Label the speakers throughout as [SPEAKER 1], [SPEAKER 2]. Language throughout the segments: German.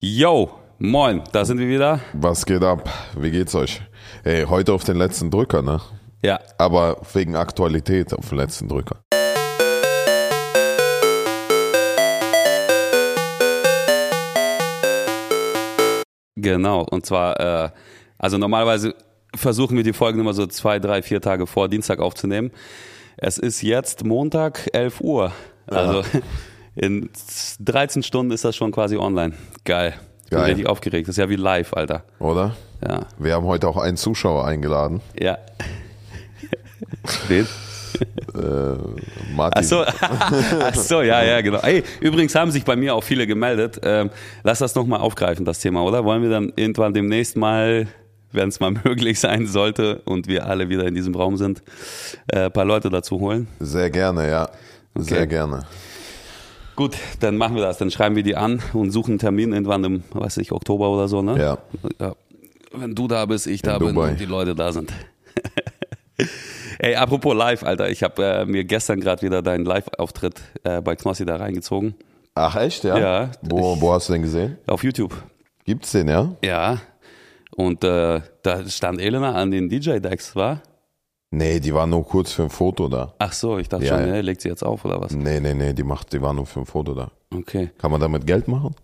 [SPEAKER 1] Yo, moin, da sind wir wieder.
[SPEAKER 2] Was geht ab? Wie geht's euch? Ey, heute auf den letzten Drücker, ne?
[SPEAKER 1] Ja,
[SPEAKER 2] Aber wegen Aktualität auf den letzten Drücker.
[SPEAKER 1] genau. Und zwar, äh, also normalerweise versuchen wir die Folgen immer so zwei, drei, vier Tage vor Dienstag aufzunehmen. Es ist jetzt Montag, 11 Uhr. Also in 13 Stunden ist das schon quasi online. Geil. Ich bin
[SPEAKER 2] Geil.
[SPEAKER 1] richtig aufgeregt. Das ist ja wie live, Alter.
[SPEAKER 2] Oder?
[SPEAKER 1] Ja,
[SPEAKER 2] Wir haben heute auch einen Zuschauer eingeladen.
[SPEAKER 1] ja. Den?
[SPEAKER 2] Äh,
[SPEAKER 1] Ach
[SPEAKER 2] Martin.
[SPEAKER 1] so, Ach so, ja, ja, genau. Ey, übrigens haben sich bei mir auch viele gemeldet. Ähm, lass das nochmal aufgreifen, das Thema, oder? Wollen wir dann irgendwann demnächst mal, wenn es mal möglich sein sollte und wir alle wieder in diesem Raum sind, äh, ein paar Leute dazu holen?
[SPEAKER 2] Sehr gerne, ja. Sehr gerne.
[SPEAKER 1] Gut, dann machen wir das. Dann schreiben wir die an und suchen einen Termin irgendwann im, weiß ich, Oktober oder so, ne?
[SPEAKER 2] Ja.
[SPEAKER 1] ja. Wenn du da bist, ich da
[SPEAKER 2] Dubai.
[SPEAKER 1] bin und die Leute da sind. Ey, apropos live, Alter, ich habe äh, mir gestern gerade wieder deinen Live-Auftritt äh, bei Knossi da reingezogen.
[SPEAKER 2] Ach echt, ja?
[SPEAKER 1] Ja.
[SPEAKER 2] Wo, wo hast du den gesehen?
[SPEAKER 1] Auf YouTube.
[SPEAKER 2] Gibt's den, ja?
[SPEAKER 1] Ja. Und äh, da stand Elena an den DJ-Decks, war?
[SPEAKER 2] Nee, die war nur kurz für ein Foto da.
[SPEAKER 1] Ach so, ich dachte
[SPEAKER 2] Ja,
[SPEAKER 1] schon,
[SPEAKER 2] ja.
[SPEAKER 1] ja. legt sie jetzt auf oder was?
[SPEAKER 2] Nee, nee, nee, die, macht, die war nur für ein Foto da.
[SPEAKER 1] Okay.
[SPEAKER 2] Kann man damit Geld machen?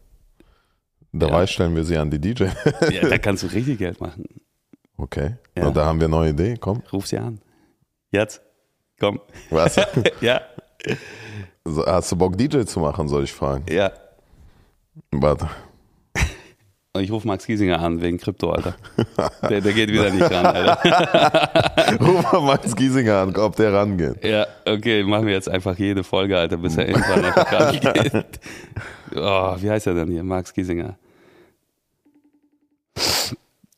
[SPEAKER 2] Dabei stellen wir sie an die DJ.
[SPEAKER 1] Ja, da kannst du richtig Geld machen.
[SPEAKER 2] Okay.
[SPEAKER 1] Ja.
[SPEAKER 2] Na, da haben wir eine neue Idee, komm.
[SPEAKER 1] Ruf sie an. Jetzt. Komm.
[SPEAKER 2] Was?
[SPEAKER 1] Ja,
[SPEAKER 2] So, Hast du Bock, DJ zu machen, soll ich fragen?
[SPEAKER 1] ja.
[SPEAKER 2] Warte.
[SPEAKER 1] Und ich rufe Max Giesinger an wegen Krypto, Alter. Der, der geht wieder nicht ran, Alter.
[SPEAKER 2] Ruf mal Max Giesinger an, ob der rangeht.
[SPEAKER 1] Ja, okay, machen wir jetzt einfach jede Folge, Alter, bis er irgendwann einfach ran geht. Oh, wie heißt er denn hier? Max Giesinger.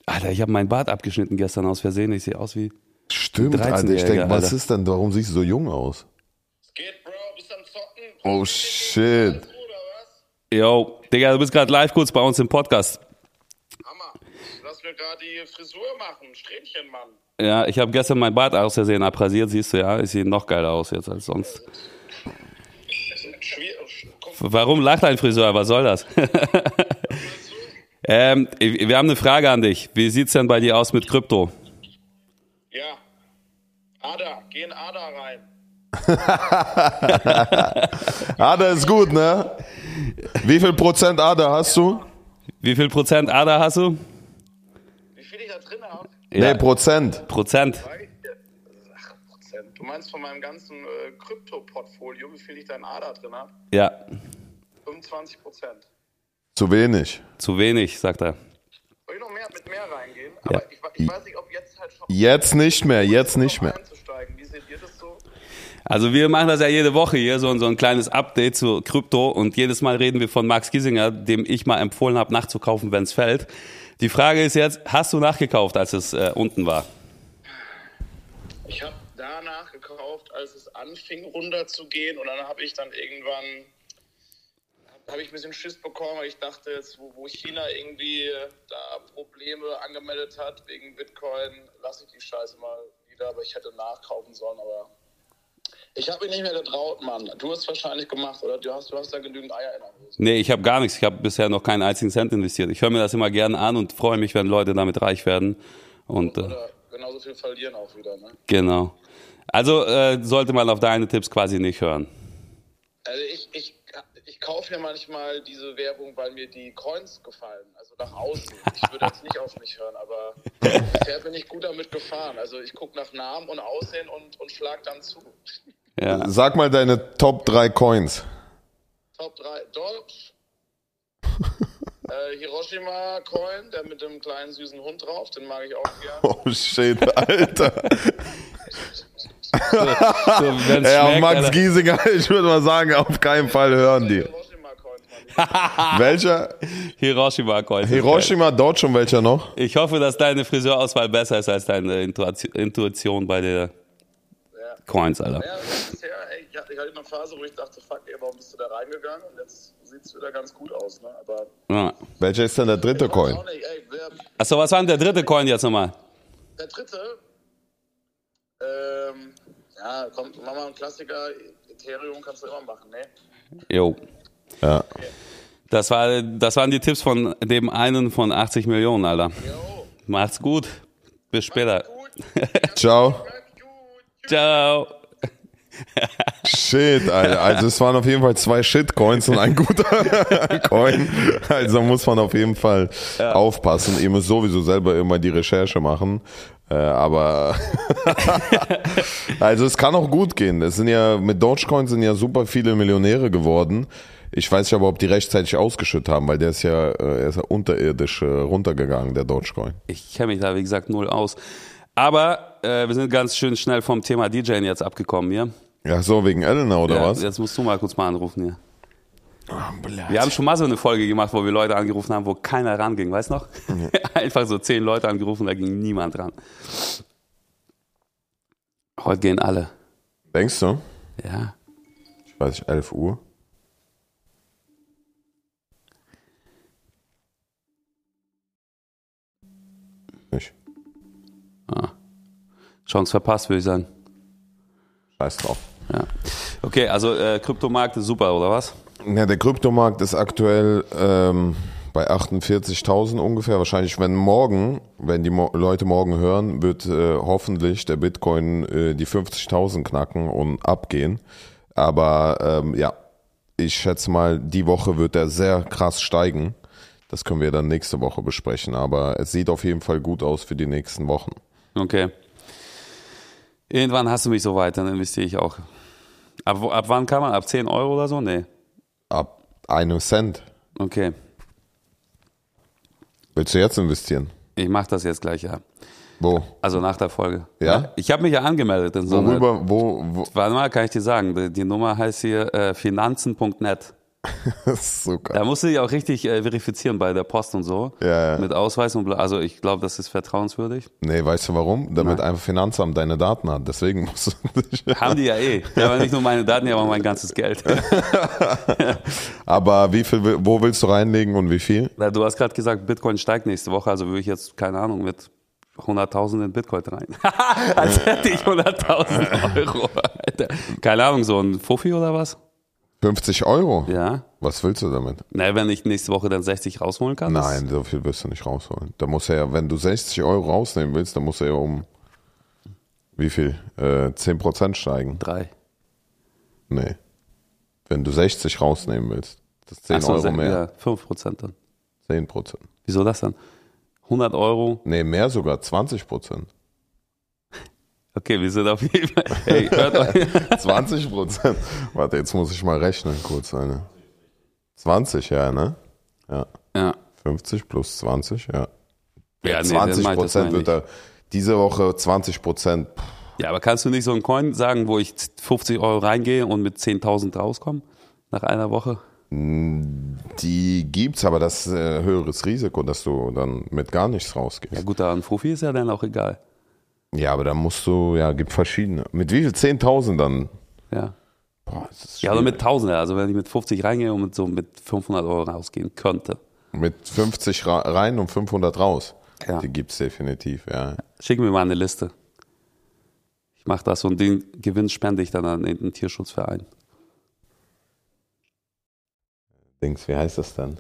[SPEAKER 1] Alter, ich habe meinen Bart abgeschnitten gestern aus Versehen. Ich sehe aus wie
[SPEAKER 2] Stimmt,
[SPEAKER 1] 13-Jähriger,
[SPEAKER 2] Alter. Ich denke, was
[SPEAKER 1] Alter.
[SPEAKER 2] ist denn, warum siehst du so jung aus?
[SPEAKER 3] Geht, Bro, bist am Zocken?
[SPEAKER 2] Oh shit.
[SPEAKER 3] Alles gut, oder was?
[SPEAKER 1] Yo, Digga, du bist gerade live kurz bei uns im Podcast.
[SPEAKER 3] Hammer. Lass mir gerade die Frisur machen. Strähnchen, Mann.
[SPEAKER 1] Ja, ich habe gestern mein Bart aus Versehen abrasiert, siehst du ja. Ich sehe noch geiler aus jetzt als sonst.
[SPEAKER 3] Schwierig. Komm,
[SPEAKER 1] Warum lacht ein Friseur? Was soll das? ähm, wir haben eine Frage an dich. Wie sieht's denn bei dir aus mit Krypto?
[SPEAKER 3] ja. Ada, geh in Ada rein.
[SPEAKER 2] Ada ist gut, ne? Wie viel Prozent Ada hast du?
[SPEAKER 1] Wie viel Prozent Ader hast du?
[SPEAKER 3] Wie viel ich da drin habe?
[SPEAKER 1] Ja.
[SPEAKER 2] Nee, Prozent.
[SPEAKER 1] Prozent.
[SPEAKER 3] Ach, Prozent. Du meinst von meinem ganzen äh, Krypto-Portfolio, wie viel ich da in Ada drin habe?
[SPEAKER 1] Ja,
[SPEAKER 3] 25 Prozent.
[SPEAKER 2] Zu wenig.
[SPEAKER 1] zu wenig, sagt er.
[SPEAKER 3] Soll ich noch mehr mit mehr reingehen? Aber ich, ich weiß nicht, ob jetzt halt schon.
[SPEAKER 2] Jetzt nicht mehr, jetzt nicht mehr.
[SPEAKER 3] Einzusteigen. Wie seht ihr das so?
[SPEAKER 1] Also wir machen das ja jede Woche hier, so, ein- so ein kleines Update zu Krypto und jedes Mal reden wir von Max Giesinger, dem ich mal empfohlen habe, nachzukaufen, wenn es fällt. Die Frage ist jetzt, hast du nachgekauft, als es äh, unten war?
[SPEAKER 3] Ich habe danach gekauft, als es anfing runterzugehen und dann habe ich dann irgendwann habe ich ein bisschen Schiss bekommen, weil ich dachte, jetzt, wo, wo China irgendwie äh, da Probleme angemeldet hat wegen Bitcoin, lasse ich die Scheiße mal wieder, aber ich hätte nachkaufen sollen, aber ich habe mich nicht mehr getraut, Mann. Du hast wahrscheinlich gemacht, oder? Du hast, du hast da genügend Eier in der Hose.
[SPEAKER 1] Nee, ich habe gar nichts. Ich habe bisher noch keinen einzigen Cent investiert. Ich höre mir das immer gerne an und freue mich, wenn Leute damit reich werden. Und äh,
[SPEAKER 3] Oder genauso viel verlieren auch wieder, ne?
[SPEAKER 1] genau. Also äh, sollte man auf deine Tipps quasi nicht hören.
[SPEAKER 3] Also ich, ich, ich kaufe mir manchmal diese Werbung, weil mir die Coins gefallen, also nach außen. Ich würde jetzt nicht auf mich hören, aber bisher bin ich gut damit gefahren. Also ich gucke nach Namen und Aussehen und, und schlag dann zu.
[SPEAKER 1] Ja.
[SPEAKER 2] Sag mal deine Top 3 Coins.
[SPEAKER 3] Top 3, Dodge, äh, Hiroshima Coin, der mit dem kleinen süßen Hund drauf, den mag ich auch gerne.
[SPEAKER 2] Oh shit, Alter.
[SPEAKER 1] So, wenn's
[SPEAKER 2] Ey, auf
[SPEAKER 1] schmeckt,
[SPEAKER 2] Max
[SPEAKER 1] Alter.
[SPEAKER 2] Giesinger, ich würde mal sagen, auf keinen Fall hören die.
[SPEAKER 3] Hiroshima Coins, Mann.
[SPEAKER 1] Ah.
[SPEAKER 2] Welcher?
[SPEAKER 1] Hiroshima Coin.
[SPEAKER 2] Hiroshima, Dodge und welcher noch?
[SPEAKER 1] Ich hoffe, dass deine Friseurauswahl besser ist als deine Intuati- Intuition bei der Coins, Alter.
[SPEAKER 3] Ja, bisher, ey, ich hatte ich hatte eine Phase, wo ich dachte, fuck, ey, warum bist du da reingegangen? Und jetzt sieht es wieder ganz gut aus, ne? Aber
[SPEAKER 1] Ja.
[SPEAKER 2] Welcher ist denn der dritte Coin?
[SPEAKER 3] auch nicht, ey, wer,
[SPEAKER 1] Achso, was war denn der dritte Coin jetzt nochmal?
[SPEAKER 3] Der dritte, ähm, ja, komm, mach mal einen Klassiker. Ethereum kannst du immer machen, ne?
[SPEAKER 1] Jo.
[SPEAKER 2] Ja.
[SPEAKER 1] Das, war, das waren die Tipps von dem einen von 80 Millionen, Alter.
[SPEAKER 3] Jo,
[SPEAKER 1] Macht's gut. Bis später.
[SPEAKER 3] gut.
[SPEAKER 2] Ciao.
[SPEAKER 3] Bleibt gut.
[SPEAKER 1] Ciao.
[SPEAKER 2] Shit, Alter. Also es waren auf jeden Fall zwei Shitcoins und ein guter Coin. Also muss man auf jeden Fall aufpassen. Ihr müsst sowieso selber immer die Recherche machen. Äh, aber also es kann auch gut gehen. Es sind ja mit Dogecoin sind ja super viele Millionäre geworden. Ich weiß nicht, aber ob die rechtzeitig ausgeschüttet haben, weil der ist ja, äh, er ist ja unterirdisch äh, runtergegangen, der Dogecoin.
[SPEAKER 1] Ich kenne mich da, wie gesagt, null aus. Aber äh, wir sind ganz schön schnell vom Thema DJing jetzt abgekommen hier.
[SPEAKER 2] Ja, so wegen Elena oder
[SPEAKER 1] ja,
[SPEAKER 2] was?
[SPEAKER 1] Jetzt musst du mal kurz mal anrufen hier. Wir haben schon mal so eine Folge gemacht, wo wir Leute angerufen haben, wo keiner ranging, weißt du noch? Einfach so zehn Leute angerufen, da ging niemand ran. Heute gehen alle.
[SPEAKER 2] Denkst du?
[SPEAKER 1] Ja.
[SPEAKER 2] Ich weiß nicht, 11 Uhr. Nicht.
[SPEAKER 1] Chance verpasst, würde ich sagen.
[SPEAKER 2] Scheiß drauf.
[SPEAKER 1] Ja. Okay, also äh, Kryptomarkt ist super, oder was?
[SPEAKER 2] Ja, der Kryptomarkt ist aktuell ähm, bei 48.000 ungefähr. Wahrscheinlich, wenn morgen, wenn die Mo Leute morgen hören, wird äh, hoffentlich der Bitcoin äh, die 50.000 knacken und abgehen. Aber ähm, ja, ich schätze mal, die Woche wird er sehr krass steigen. Das können wir dann nächste Woche besprechen. Aber es sieht auf jeden Fall gut aus für die nächsten Wochen.
[SPEAKER 1] Okay. Irgendwann hast du mich so weit, dann investiere ich auch. Ab, wo- ab wann kann man? Ab 10 Euro oder so? Nee.
[SPEAKER 2] Ab einem Cent.
[SPEAKER 1] Okay.
[SPEAKER 2] Willst du jetzt investieren?
[SPEAKER 1] Ich mache das jetzt gleich, ja.
[SPEAKER 2] Wo?
[SPEAKER 1] Also nach der Folge.
[SPEAKER 2] Ja?
[SPEAKER 1] Ich habe mich ja angemeldet in so einer
[SPEAKER 2] Worüber? Wo? wo?
[SPEAKER 1] Warte mal, kann ich dir sagen. Die- Die Nummer heißt hier äh, finanzen.net.
[SPEAKER 2] Das ist so geil.
[SPEAKER 1] Da musst du dich auch richtig äh, verifizieren bei der Post und so.
[SPEAKER 2] Ja, ja.
[SPEAKER 1] Mit Ausweis und bla. Also ich glaube, das ist vertrauenswürdig.
[SPEAKER 2] Nee, weißt du warum? Damit einfach Finanzamt deine Daten hat. Deswegen musst du dich.
[SPEAKER 1] Haben die ja eh. Die haben ja nicht nur meine Daten, die haben auch mein ganzes Geld.
[SPEAKER 2] Aber wie viel, will- wo willst du reinlegen und wie viel?
[SPEAKER 1] Na, Du hast gerade gesagt, Bitcoin steigt nächste Woche, also würde ich jetzt, keine Ahnung, mit 100.000 in Bitcoin rein. Als hätte ich 100.000 Euro, Alter. Keine Ahnung, so ein Fuffi oder was?
[SPEAKER 2] 50 Euro?
[SPEAKER 1] Ja.
[SPEAKER 2] Was willst du damit?
[SPEAKER 1] Na, wenn ich nächste Woche dann 60 rausholen kann? das-
[SPEAKER 2] Nein, so viel wirst du nicht rausholen. Da muss er ja, wenn du 60 Euro rausnehmen willst, dann muss er ja um wie viel? Äh, 10% steigen.
[SPEAKER 1] Drei.
[SPEAKER 2] Nee. Wenn du 60 rausnehmen willst, das ist 10
[SPEAKER 1] Ach so,
[SPEAKER 2] Euro
[SPEAKER 1] se-
[SPEAKER 2] mehr.
[SPEAKER 1] Ja, 5 Prozent dann.
[SPEAKER 2] 10%.
[SPEAKER 1] Wieso das dann? 100 Euro.
[SPEAKER 2] Nee, mehr sogar, 20%.
[SPEAKER 1] Okay, wir sind auf jeden Fall. Hey, hört euch.
[SPEAKER 2] 20 Prozent. Warte, jetzt muss ich mal rechnen kurz eine. 20, ja, ne? Ja.
[SPEAKER 1] Ja.
[SPEAKER 2] 50 plus 20, ja.
[SPEAKER 1] Ja, nee, das
[SPEAKER 2] 20
[SPEAKER 1] meint- das
[SPEAKER 2] Prozent
[SPEAKER 1] meine ich.
[SPEAKER 2] wird er diese Woche 20 Prozent.
[SPEAKER 1] Ja, aber kannst du nicht so einen Coin sagen, wo ich 50 Euro reingehe und mit 10.000 rauskomme? Nach einer Woche?
[SPEAKER 2] Die gibt's, aber das ist äh, höheres Risiko, dass du dann mit gar nichts
[SPEAKER 1] Ja,
[SPEAKER 2] rausgehst.
[SPEAKER 1] gut, da ein Fuffi ist ja dann auch egal.
[SPEAKER 2] Ja, aber dann musst du, ja, gibt verschiedene. Mit wie viel? 10.000 dann?
[SPEAKER 1] Ja.
[SPEAKER 2] Boah, das ist
[SPEAKER 1] Ja, also
[SPEAKER 2] schwierig.
[SPEAKER 1] mit 1000, also wenn ich mit 50 reingehe und mit so mit 500 Euro rausgehen könnte.
[SPEAKER 2] mit 50 ra- rein und 500 raus.
[SPEAKER 1] Ja.
[SPEAKER 2] Die gibt's definitiv, ja.
[SPEAKER 1] Schick mir mal eine Liste. Ich mache das und den Gewinn spende ich dann an den Tierschutzverein.
[SPEAKER 2] Dings, wie heißt das denn?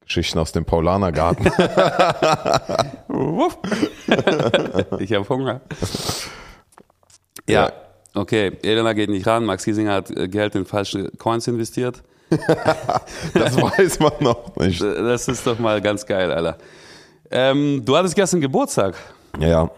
[SPEAKER 2] Geschichten aus dem Paulanergarten.
[SPEAKER 1] Wuff. ich habe Hunger.
[SPEAKER 2] Ja.
[SPEAKER 1] Ja, okay. Elena geht nicht ran. Max Giesinger hat äh, Geld in falsche Coins investiert.
[SPEAKER 2] Das weiß man noch nicht.
[SPEAKER 1] Äh, Das ist doch mal ganz geil, Alter. Ähm, du hattest gestern Geburtstag
[SPEAKER 2] Ja,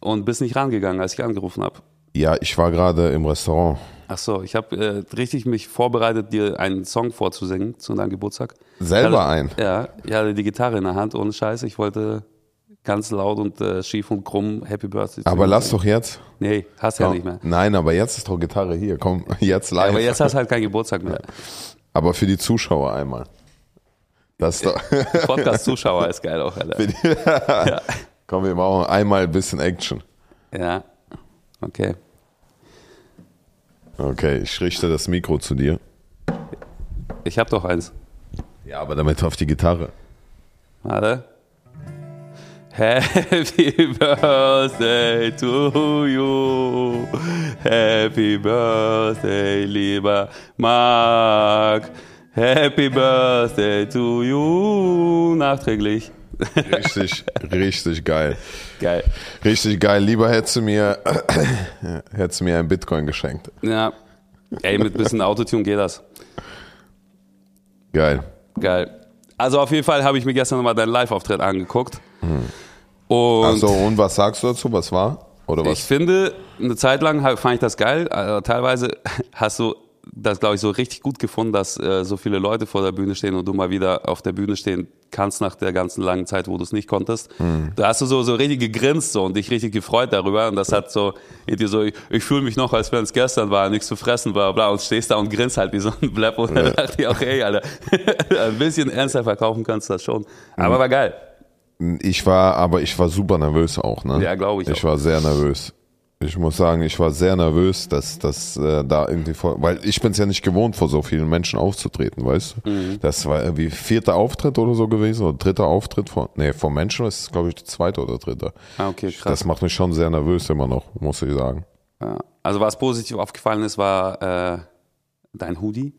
[SPEAKER 1] und bist nicht rangegangen, als ich angerufen habe.
[SPEAKER 2] ja ich war gerade im Restaurant.
[SPEAKER 1] Ach so, ich habe äh, richtig mich vorbereitet, dir einen Song vorzusingen zu deinem Geburtstag.
[SPEAKER 2] Selber
[SPEAKER 1] Ich
[SPEAKER 2] ein.
[SPEAKER 1] hatte, Ja, ich hatte die Gitarre in der Hand, ohne Scheiß. Ich wollte ganz laut und äh, schief und krumm Happy Birthday. zu
[SPEAKER 2] Aber
[SPEAKER 1] ihm
[SPEAKER 2] lass
[SPEAKER 1] singen.
[SPEAKER 2] doch jetzt.
[SPEAKER 1] Nee, hast ja nicht mehr.
[SPEAKER 2] Nein, aber jetzt ist doch Gitarre hier. Komm, jetzt live.
[SPEAKER 1] Aber jetzt hast du halt keinen Geburtstag mehr.
[SPEAKER 2] aber für die Zuschauer einmal. Das ist doch,
[SPEAKER 1] Podcast-Zuschauer ist geil auch, Alter.
[SPEAKER 2] komm, wir brauchen einmal ein bisschen Action.
[SPEAKER 1] Ja, okay.
[SPEAKER 2] Okay, ich richte das Mikro zu dir.
[SPEAKER 1] Ich habe doch eins.
[SPEAKER 2] Ja, aber damit auf die Gitarre.
[SPEAKER 1] Warte. Happy Birthday to you. Happy Birthday, lieber Marc. Happy Birthday to you nachträglich.
[SPEAKER 2] Richtig, richtig geil.
[SPEAKER 1] Geil.
[SPEAKER 2] Richtig geil. Lieber hättest du mir, hättest du mir ein Bitcoin geschenkt.
[SPEAKER 1] Ja. Ey, mit bisschen Autotune geht das.
[SPEAKER 2] Geil.
[SPEAKER 1] Geil. Also auf jeden Fall habe ich mir gestern nochmal deinen Live-Auftritt angeguckt. Und
[SPEAKER 2] Achso, und was sagst du dazu? Was war? Oder
[SPEAKER 1] Ich
[SPEAKER 2] was?
[SPEAKER 1] finde, eine Zeit lang hab- fand ich das geil. Also, teilweise hast du das, glaube ich, so richtig gut gefunden, dass äh, so viele Leute vor der Bühne stehen und du mal wieder auf der Bühne stehen kannst nach der ganzen langen Zeit, wo du es nicht konntest. Da hast du so, so richtig gegrinst so und dich richtig gefreut darüber. Und das hat so, in dir so ich, ich fühle mich noch, als wenn es gestern war, nichts zu fressen war, bla, und stehst da und grinst halt wie so ein Blepp. Und dann dachte ich auch, ey, Alter, ein bisschen ernster verkaufen kannst du das schon. Aber war geil.
[SPEAKER 2] Ich war, aber ich war super nervös auch, ne?
[SPEAKER 1] Ja, glaub ich
[SPEAKER 2] Ich
[SPEAKER 1] auch.
[SPEAKER 2] war sehr nervös. Ich muss sagen, ich war sehr nervös, dass dass äh, da irgendwie vor, weil ich bin es ja nicht gewohnt, vor so vielen Menschen aufzutreten, weißt du?
[SPEAKER 1] Mhm.
[SPEAKER 2] Das war irgendwie vierter Auftritt oder so gewesen oder dritter Auftritt von, nee, von Menschen ist es glaube ich der zweite oder dritte.
[SPEAKER 1] Ah, okay, krass.
[SPEAKER 2] Das macht mich schon sehr nervös immer noch, muss ich sagen.
[SPEAKER 1] Ja. Also was positiv aufgefallen ist, war äh, dein Hoodie.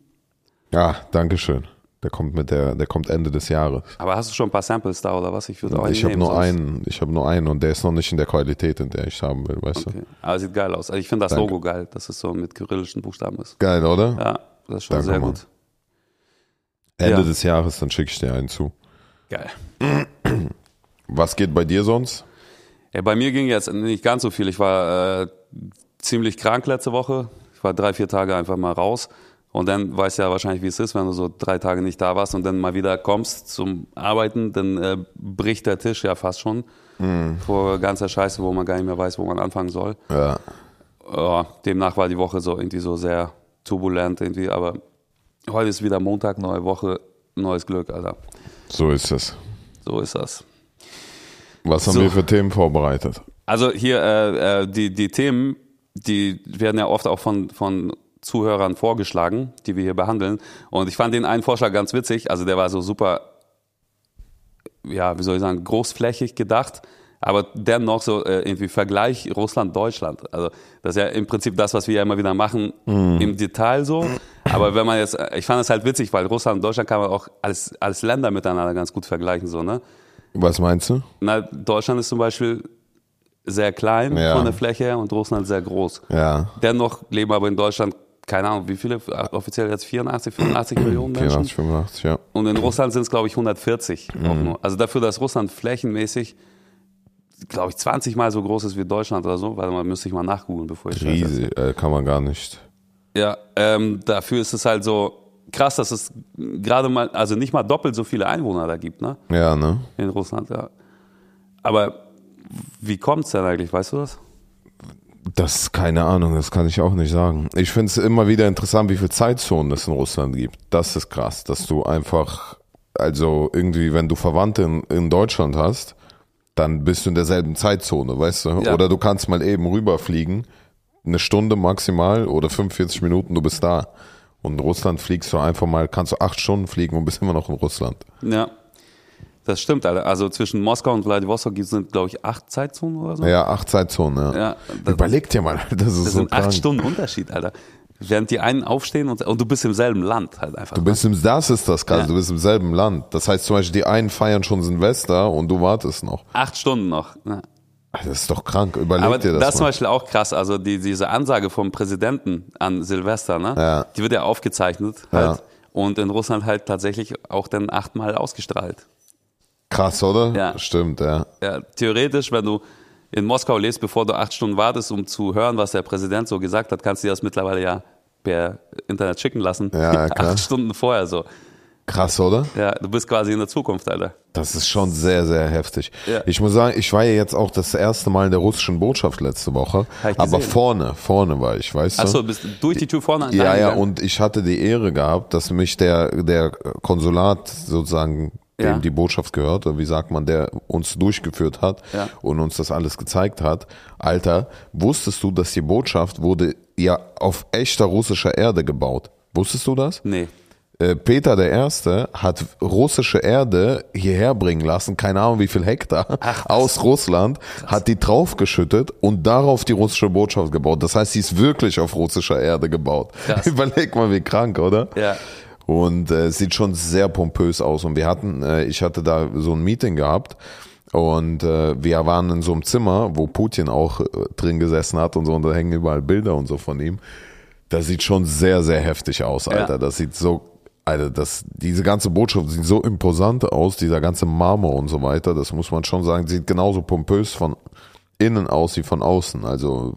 [SPEAKER 2] Ja, Dankeschön. Der kommt mit der, der kommt Ende des Jahres.
[SPEAKER 1] Aber hast du schon ein paar Samples da oder was? Ich würde auch einen
[SPEAKER 2] ich habe
[SPEAKER 1] nehmen,
[SPEAKER 2] nur
[SPEAKER 1] sonst-
[SPEAKER 2] einen, ich habe nur einen und der ist noch nicht in der Qualität, in der ich haben will, weißt du?
[SPEAKER 1] Okay. Aber sieht geil aus. Also ich finde das
[SPEAKER 2] Danke.
[SPEAKER 1] Logo geil, dass es so mit kyrillischen Buchstaben ist.
[SPEAKER 2] Geil, oder?
[SPEAKER 1] Ja, das ist schon
[SPEAKER 2] Danke,
[SPEAKER 1] sehr
[SPEAKER 2] Mann.
[SPEAKER 1] gut.
[SPEAKER 2] Ende
[SPEAKER 1] Ja.
[SPEAKER 2] des Jahres, dann schicke ich dir einen zu.
[SPEAKER 1] Geil.
[SPEAKER 2] Was geht bei dir sonst?
[SPEAKER 1] Ja, bei mir ging jetzt nicht ganz so viel. Ich war äh, ziemlich krank letzte Woche. Ich war drei, vier Tage einfach mal raus. Und dann weißt du ja wahrscheinlich, wie es ist, wenn du so drei Tage nicht da warst und dann mal wieder kommst zum Arbeiten, dann äh, bricht der Tisch ja fast schon vor ganzer Scheiße, wo man gar nicht mehr weiß, wo man anfangen soll.
[SPEAKER 2] Ja.
[SPEAKER 1] ja, demnach war die Woche so irgendwie so sehr turbulent irgendwie, aber heute ist wieder Montag, neue Woche, neues Glück, Alter.
[SPEAKER 2] So ist es.
[SPEAKER 1] So ist das.
[SPEAKER 2] Was haben
[SPEAKER 1] So.
[SPEAKER 2] wir für Themen vorbereitet?
[SPEAKER 1] Also hier, äh, äh, die, die Themen, die werden ja oft auch von, von Zuhörern vorgeschlagen, die wir hier behandeln. Und ich fand den einen Vorschlag ganz witzig. Also der war so super, ja, wie soll ich sagen, großflächig gedacht. Aber dennoch so äh, irgendwie Vergleich Russland-Deutschland. Also das ist ja im Prinzip das, was wir ja immer wieder machen, im Detail so. Aber wenn man jetzt, ich fand es halt witzig, weil Russland und Deutschland kann man auch als, als Länder miteinander ganz gut vergleichen, so, ne?
[SPEAKER 2] Was meinst du?
[SPEAKER 1] Na, Deutschland ist zum Beispiel sehr klein
[SPEAKER 2] Ja.
[SPEAKER 1] von der Fläche her und Russland sehr groß.
[SPEAKER 2] Ja.
[SPEAKER 1] Dennoch leben aber in Deutschland, keine Ahnung, wie viele, offiziell jetzt 84, 85 Millionen Menschen.
[SPEAKER 2] 84, 85, ja.
[SPEAKER 1] Und in Russland sind es, glaube ich, 140. Auch
[SPEAKER 2] Mhm.
[SPEAKER 1] nur. Also dafür, dass Russland flächenmäßig, glaube ich, 20 Mal so groß ist wie Deutschland oder so, weil man müsste ich mal nachgoogeln, bevor ich Scheiße erzähle.
[SPEAKER 2] Riesig, äh, kann man gar nicht.
[SPEAKER 1] Ja, ähm, dafür ist es halt so krass, dass es gerade mal, also nicht mal doppelt so viele Einwohner da gibt, ne?
[SPEAKER 2] Ja, ne?
[SPEAKER 1] In Russland, ja. Aber wie kommt's denn eigentlich, weißt du das?
[SPEAKER 2] Das, keine Ahnung, das kann ich auch nicht sagen. Ich finde es immer wieder interessant, wie viel Zeitzonen es in Russland gibt. Das ist krass, dass du einfach, also irgendwie, wenn du Verwandte in, in Deutschland hast, dann bist du in derselben Zeitzone, weißt du?
[SPEAKER 1] Ja.
[SPEAKER 2] Oder du kannst mal eben rüberfliegen, eine Stunde maximal oder 45 Minuten, du bist da. Und in Russland fliegst du einfach mal, kannst du acht Stunden fliegen und bist immer noch in Russland.
[SPEAKER 1] Ja. Das stimmt, Alter. Also zwischen Moskau und Vladivostok gibt's, sind, glaube ich, acht Zeitzonen oder so.
[SPEAKER 2] Ja, acht Zeitzonen, ja.
[SPEAKER 1] Ja, das-
[SPEAKER 2] Überleg dir mal, das ist
[SPEAKER 1] Das
[SPEAKER 2] so
[SPEAKER 1] sind
[SPEAKER 2] krank.
[SPEAKER 1] acht Stunden Unterschied, Alter. Während die einen aufstehen und, und du bist im selben Land halt einfach.
[SPEAKER 2] Du bist im, das ist das Ganze,
[SPEAKER 1] Ja.
[SPEAKER 2] du bist im selben Land. Das heißt zum Beispiel, die einen feiern schon Silvester und du wartest noch.
[SPEAKER 1] acht Stunden noch. ne?
[SPEAKER 2] Ach, Das ist doch krank, überleg
[SPEAKER 1] Aber
[SPEAKER 2] dir
[SPEAKER 1] das,
[SPEAKER 2] das,
[SPEAKER 1] zum
[SPEAKER 2] mal.
[SPEAKER 1] Beispiel auch krass. Also die, diese Ansage vom Präsidenten an Silvester, ne?
[SPEAKER 2] Ja.
[SPEAKER 1] die wird ja aufgezeichnet halt. Und in Russland halt tatsächlich auch dann achtmal ausgestrahlt.
[SPEAKER 2] Krass, oder?
[SPEAKER 1] Ja.
[SPEAKER 2] Stimmt, ja.
[SPEAKER 1] Ja, theoretisch, wenn du in Moskau lebst, bevor du acht Stunden wartest, um zu hören, was der Präsident so gesagt hat, kannst du dir das mittlerweile ja per Internet schicken lassen.
[SPEAKER 2] Ja, ja, klar.
[SPEAKER 1] Acht Stunden vorher so.
[SPEAKER 2] Krass, oder?
[SPEAKER 1] Ja, du bist quasi in der Zukunft, Alter.
[SPEAKER 2] Das ist schon sehr, sehr heftig.
[SPEAKER 1] Ja.
[SPEAKER 2] Ich muss sagen, ich war ja jetzt auch das erste Mal in der russischen Botschaft letzte Woche.
[SPEAKER 1] Hab ich
[SPEAKER 2] Aber
[SPEAKER 1] gesehen.
[SPEAKER 2] vorne, vorne war ich, weißt du?
[SPEAKER 1] Achso, du bist durch die Tür vorne
[SPEAKER 2] Ja, ja,
[SPEAKER 1] reingegangen.
[SPEAKER 2] und ich hatte die Ehre gehabt, dass mich der, der Konsulat sozusagen, dem
[SPEAKER 1] Ja.
[SPEAKER 2] die Botschaft gehört, oder wie sagt man, der uns durchgeführt hat
[SPEAKER 1] Ja.
[SPEAKER 2] und uns das alles gezeigt hat. Alter, wusstest du, dass die Botschaft wurde ja auf echter russischer Erde gebaut? Wusstest du das?
[SPEAKER 1] Nee.
[SPEAKER 2] Äh, Peter der Erste hat russische Erde hierher bringen lassen, keine Ahnung wie viel Hektar, aus Russland, hat die draufgeschüttet und darauf die russische Botschaft gebaut. Das heißt, sie ist wirklich auf russischer Erde gebaut.
[SPEAKER 1] Krass.
[SPEAKER 2] Überleg mal, wie krank, oder?
[SPEAKER 1] Ja.
[SPEAKER 2] Und äh, es sieht schon sehr pompös aus. Und wir hatten, äh, ich hatte da so ein Meeting gehabt und äh, wir waren in so einem Zimmer, wo Putin auch äh, drin gesessen hat und so, und da hängen überall Bilder und so von ihm. Das sieht schon sehr, sehr heftig aus, Alter. Das sieht so, Alter, das, diese ganze Botschaft sieht so imposant aus, dieser ganze Marmor und so weiter. Das muss man schon sagen, sieht genauso pompös von innen aus wie von außen. Also,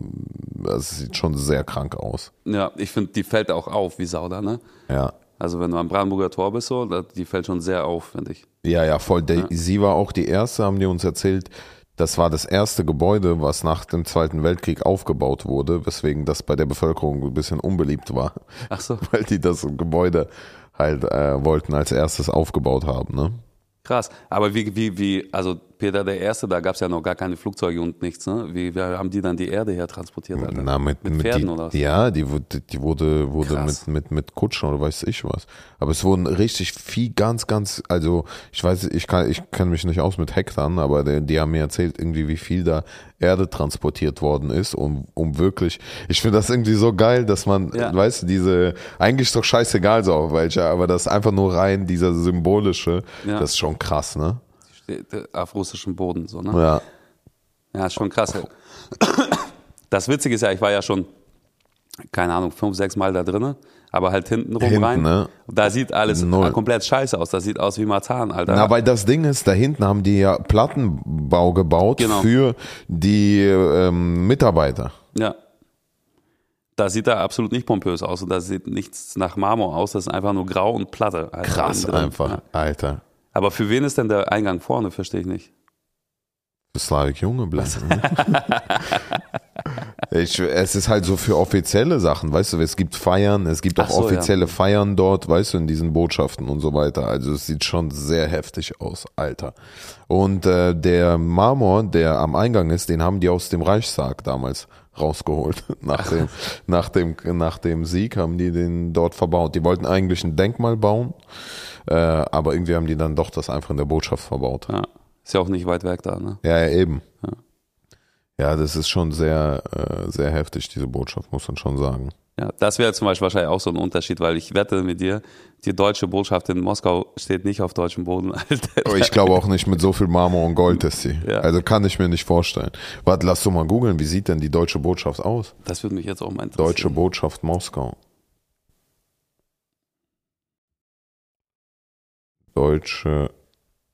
[SPEAKER 2] das sieht schon sehr krank aus.
[SPEAKER 1] Ja, ich finde, die fällt auch auf, wie Sau da, ne?
[SPEAKER 2] Ja.
[SPEAKER 1] Also wenn du am Brandenburger Tor bist, so, da- die fällt schon sehr auf, finde ich.
[SPEAKER 2] Ja, ja, voll. Der, Sie war auch die erste, haben die uns erzählt. Das war das erste Gebäude, was nach dem Zweiten Weltkrieg aufgebaut wurde, weswegen das bei der Bevölkerung ein bisschen unbeliebt war,
[SPEAKER 1] Ach so,
[SPEAKER 2] weil die das Gebäude halt äh, wollten als erstes aufgebaut haben. Ne?
[SPEAKER 1] krass. Aber wie, wie, wie, also Peter der Erste, da gab es ja noch gar keine Flugzeuge und nichts, ne? Wie, wie haben die dann die Erde her transportiert, Alter?
[SPEAKER 2] Na, mit,
[SPEAKER 1] Mit
[SPEAKER 2] mit
[SPEAKER 1] Pferden
[SPEAKER 2] die,
[SPEAKER 1] oder was?
[SPEAKER 2] Ja, die, wurde- die wurde, wurde
[SPEAKER 1] Krass.
[SPEAKER 2] mit, mit, mit Kutschen oder weiß ich was. Aber es wurden richtig viel, ganz, ganz, also ich weiß, ich kann, ich kenne mich nicht aus mit Hektarn, aber die, die haben mir erzählt, irgendwie, wie viel da Erde transportiert worden ist, um, um wirklich, ich finde das irgendwie so geil, dass man,
[SPEAKER 1] Ja.
[SPEAKER 2] weißt du, diese, eigentlich ist doch scheißegal so auf welcher, aber das ist einfach nur rein, dieser symbolische,
[SPEAKER 1] Ja.
[SPEAKER 2] das ist schon krass, ne?
[SPEAKER 1] Steht, äh, Auf russischem Boden, so, ne?
[SPEAKER 2] Ja.
[SPEAKER 1] Ja, ist schon krass. ey. Das Witzige ist ja, ich war ja schon, keine Ahnung, fünf, sechs Mal da drinnen, aber halt hinten rum
[SPEAKER 2] Hinten,
[SPEAKER 1] rein.
[SPEAKER 2] ne?
[SPEAKER 1] Da sieht alles
[SPEAKER 2] Null.
[SPEAKER 1] komplett scheiße aus. Das sieht aus wie Marzahn, Alter.
[SPEAKER 2] Na, weil das Ding ist, da hinten haben die ja Plattenbau gebaut
[SPEAKER 1] Genau.
[SPEAKER 2] für die ähm, Mitarbeiter.
[SPEAKER 1] ja. Das sieht da absolut nicht pompös aus und das sieht nichts nach Marmor aus. Das ist einfach nur grau und Platte. Alter,
[SPEAKER 2] Krass
[SPEAKER 1] innen drin.
[SPEAKER 2] einfach,
[SPEAKER 1] Ja.
[SPEAKER 2] Alter.
[SPEAKER 1] Aber für wen ist denn der Eingang vorne? Verstehe ich nicht.
[SPEAKER 2] Slavik Junge bleiben. Ich, es ist halt so für offizielle Sachen, weißt du, es gibt Feiern, es gibt
[SPEAKER 1] Ach
[SPEAKER 2] auch
[SPEAKER 1] so, ja.
[SPEAKER 2] offizielle Feiern dort, weißt du, in diesen Botschaften und so weiter. Also es sieht schon sehr heftig aus, Alter. Und äh, der Marmor, der am Eingang ist, den haben die aus dem Reichstag damals rausgeholt. Nach dem, nach dem, nach dem Sieg haben die den dort verbaut. Die wollten eigentlich ein Denkmal bauen, äh, aber irgendwie haben die dann doch das einfach in der Botschaft verbaut.
[SPEAKER 1] Ja. Ist ja auch nicht weit weg da, ne?
[SPEAKER 2] Ja, ja eben. Ja. das ist schon sehr, äh, sehr heftig, diese Botschaft, muss man schon sagen.
[SPEAKER 1] Ja, das wäre zum Beispiel wahrscheinlich auch so ein Unterschied, weil ich wette mit dir, die deutsche Botschaft in Moskau steht nicht auf deutschem Boden, Alter.
[SPEAKER 2] Aber ich glaube auch nicht mit so viel Marmor und Gold ist sie.
[SPEAKER 1] Ja.
[SPEAKER 2] Also kann ich mir nicht vorstellen. Warte, lass doch mal googeln, wie sieht denn die deutsche Botschaft aus?
[SPEAKER 1] Das würde mich jetzt auch mal interessieren.
[SPEAKER 2] Deutsche Botschaft Moskau. Deutsche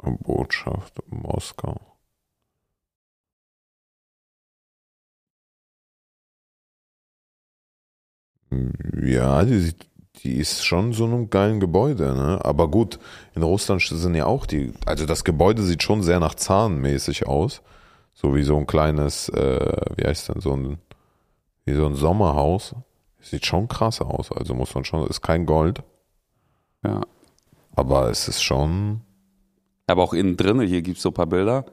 [SPEAKER 2] Botschaft Moskau. Ja, die, sieht- die ist schon so einem geilen Gebäude, ne? Aber gut, in Russland sind ja auch die. Also das Gebäude sieht schon sehr nach Zahnmäßig aus. So wie so ein kleines, äh, wie heißt denn, so ein wie so ein Sommerhaus. Sieht schon krass aus. Also muss man schon, ist kein Gold,
[SPEAKER 1] Ja.
[SPEAKER 2] aber es ist schon.
[SPEAKER 1] Aber auch innen drinne, hier gibt es so ein paar Bilder.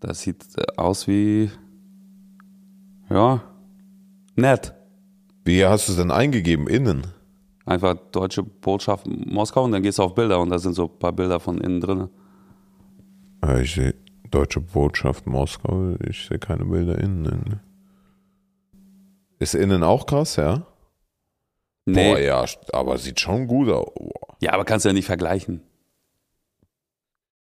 [SPEAKER 1] Das sieht äh, aus wie. Ja. Nett.
[SPEAKER 2] Wie hast du es denn eingegeben? Innen?
[SPEAKER 1] Einfach deutsche Botschaft Moskau und dann gehst du auf Bilder und da sind so ein paar Bilder von innen drinne.
[SPEAKER 2] Äh, Ich sehe Deutsche Botschaft Moskau, ich sehe keine Bilder innen. Ist innen auch krass, ja?
[SPEAKER 1] Nee.
[SPEAKER 2] Boah, ja, aber sieht schon gut aus. Boah.
[SPEAKER 1] Ja, aber kannst du ja nicht vergleichen.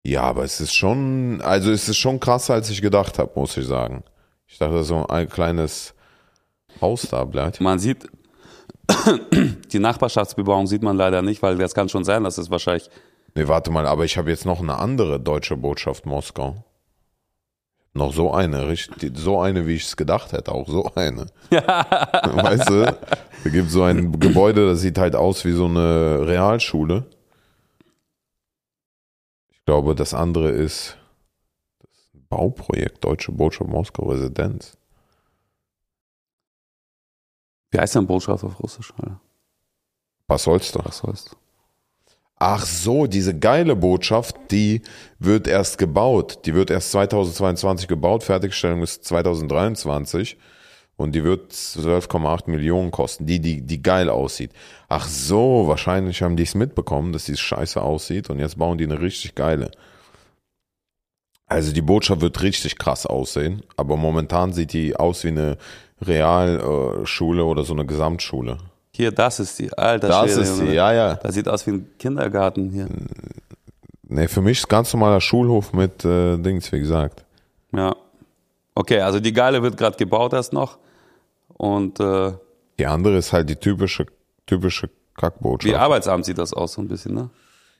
[SPEAKER 2] Ja, aber es ist schon, also es ist schon krasser, als ich gedacht habe, muss ich sagen. Ich dachte, so ein kleines Haus da bleibt.
[SPEAKER 1] Man sieht, die Nachbarschaftsbebauung sieht man leider nicht, weil das kann schon sein, dass es wahrscheinlich.
[SPEAKER 2] Nee, warte mal, aber ich habe jetzt noch eine andere deutsche Botschaft Moskau. Noch so eine, richtig, so eine, wie ich es gedacht hätte, auch so eine. weißt du, da gibt so ein Gebäude, das sieht halt aus wie so eine Realschule. Ich glaube, das andere ist das Bauprojekt Deutsche Botschaft Moskau Residenz.
[SPEAKER 1] Wie heißt denn Botschaft auf Russisch? Alter?
[SPEAKER 2] Was soll's da?
[SPEAKER 1] Was soll's?
[SPEAKER 2] Ach so, diese geile Botschaft, die wird erst gebaut. Die wird erst 2022 gebaut, Fertigstellung ist 2023 und die wird 12,8 Millionen kosten, die, die, die geil aussieht. Ach so, wahrscheinlich haben die es mitbekommen, dass die scheiße aussieht und jetzt bauen die eine richtig geile. Also die Botschaft wird richtig krass aussehen, äh, aber momentan sieht die aus wie eine Realschule oder so eine Gesamtschule.
[SPEAKER 1] Hier, das ist die. Alter,
[SPEAKER 2] Das
[SPEAKER 1] Schwede,
[SPEAKER 2] ist sie,
[SPEAKER 1] Junge.
[SPEAKER 2] ja, Hm. ja.
[SPEAKER 1] Das sieht aus wie ein Kindergarten hier.
[SPEAKER 2] Nee, für mich ist ganz normaler Schulhof mit äh, Dings, wie gesagt.
[SPEAKER 1] Ja. Okay, also die Geile wird gerade gebaut erst noch. Und äh,
[SPEAKER 2] Die andere ist halt die typische, typische
[SPEAKER 1] wie
[SPEAKER 2] Kackbotschaft.
[SPEAKER 1] Arbeitsamt sieht das aus so ein bisschen, ne?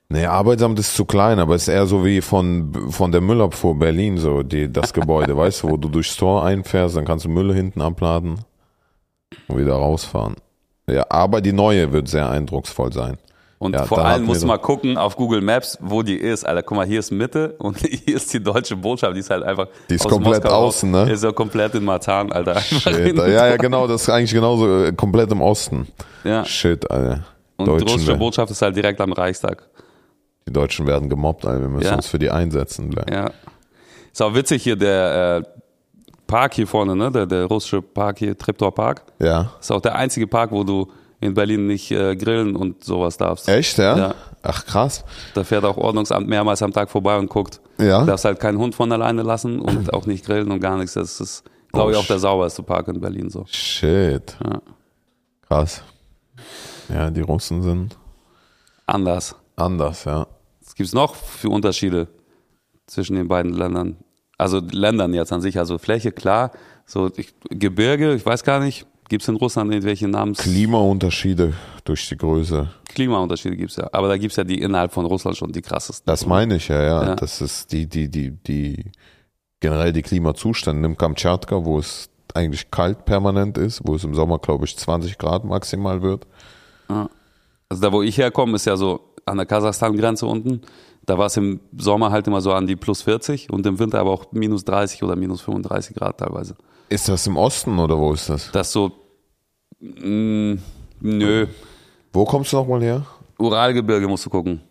[SPEAKER 2] Nee, Arbeitsamt ist zu klein, aber ist eher so wie von, von der Müllabfuhr Berlin, so die, das Gebäude, weißt du, wo du durchs Tor einfährst, dann kannst du Müll hinten abladen und wieder rausfahren. Ja, aber die neue wird sehr eindrucksvoll sein.
[SPEAKER 1] Und
[SPEAKER 2] Ja,
[SPEAKER 1] vor
[SPEAKER 2] da
[SPEAKER 1] allem
[SPEAKER 2] hatten
[SPEAKER 1] muss
[SPEAKER 2] wir
[SPEAKER 1] mal gucken auf Google Maps, wo die ist. Alter, guck mal, hier ist Mitte und hier ist die deutsche Botschaft. Die ist halt einfach.
[SPEAKER 2] Die ist komplett
[SPEAKER 1] raus.
[SPEAKER 2] außen, ne?
[SPEAKER 1] Ist ja komplett in Matan, Alter. Einfach
[SPEAKER 2] Shit,
[SPEAKER 1] in-
[SPEAKER 2] ja, ja, genau, das ist eigentlich genauso äh, komplett im Osten.
[SPEAKER 1] ja.
[SPEAKER 2] Shit, Alter.
[SPEAKER 1] Ah. Und die
[SPEAKER 2] Deutschen,
[SPEAKER 1] russische
[SPEAKER 2] werden-
[SPEAKER 1] Botschaft ist halt direkt am Reichstag.
[SPEAKER 2] die Deutschen werden gemobbt, Alter. Wir müssen
[SPEAKER 1] Ja.
[SPEAKER 2] uns für die einsetzen. Bleiben.
[SPEAKER 1] Ja. Ist auch witzig hier, der äh, Park hier vorne, ne? Der, der russische Park hier, Treptower Park.
[SPEAKER 2] Ja.
[SPEAKER 1] Ist auch der einzige Park, wo du in Berlin nicht äh, grillen und sowas darfst.
[SPEAKER 2] Echt, ja?
[SPEAKER 1] Ja.
[SPEAKER 2] Ach, krass.
[SPEAKER 1] Da fährt auch Ordnungsamt mehrmals am Tag vorbei und guckt.
[SPEAKER 2] Ja.
[SPEAKER 1] Du darfst halt keinen Hund von alleine lassen und auch nicht grillen und gar nichts. Das ist, glaube ich,
[SPEAKER 2] Oh,
[SPEAKER 1] auch der sauberste Park in Berlin so.
[SPEAKER 2] Shit.
[SPEAKER 1] Ja.
[SPEAKER 2] Krass. Ja, die Russen sind
[SPEAKER 1] Anders.
[SPEAKER 2] anders, ja.
[SPEAKER 1] Was gibt's noch für Unterschiede zwischen den beiden Ländern? Also Ländern jetzt an sich, also Fläche, klar. So ich, Gebirge, ich weiß gar nicht. Gibt's in Russland irgendwelche Namens?
[SPEAKER 2] Klimaunterschiede durch die Größe.
[SPEAKER 1] Klimaunterschiede gibt's ja. Aber da gibt's ja die innerhalb von Russland schon die krassesten.
[SPEAKER 2] Das meine ich ja, ja.
[SPEAKER 1] Ja.
[SPEAKER 2] Das ist die, die, die, die, generell die Klimazustände. Nimm Kamtschatka, wo es eigentlich kalt permanent ist, wo es im Sommer, glaube ich, 20 Grad maximal wird.
[SPEAKER 1] Also da, wo ich herkomme, ist ja so an der Kasachstan-Grenze unten. Da war es im Sommer halt immer so an die plus 40 und im Winter aber auch minus 30 oder minus 35 Grad teilweise.
[SPEAKER 2] Ist das im Osten oder wo ist das?
[SPEAKER 1] Das so, mh, nö,
[SPEAKER 2] Wo kommst du nochmal her?
[SPEAKER 1] Uralgebirge musst du gucken.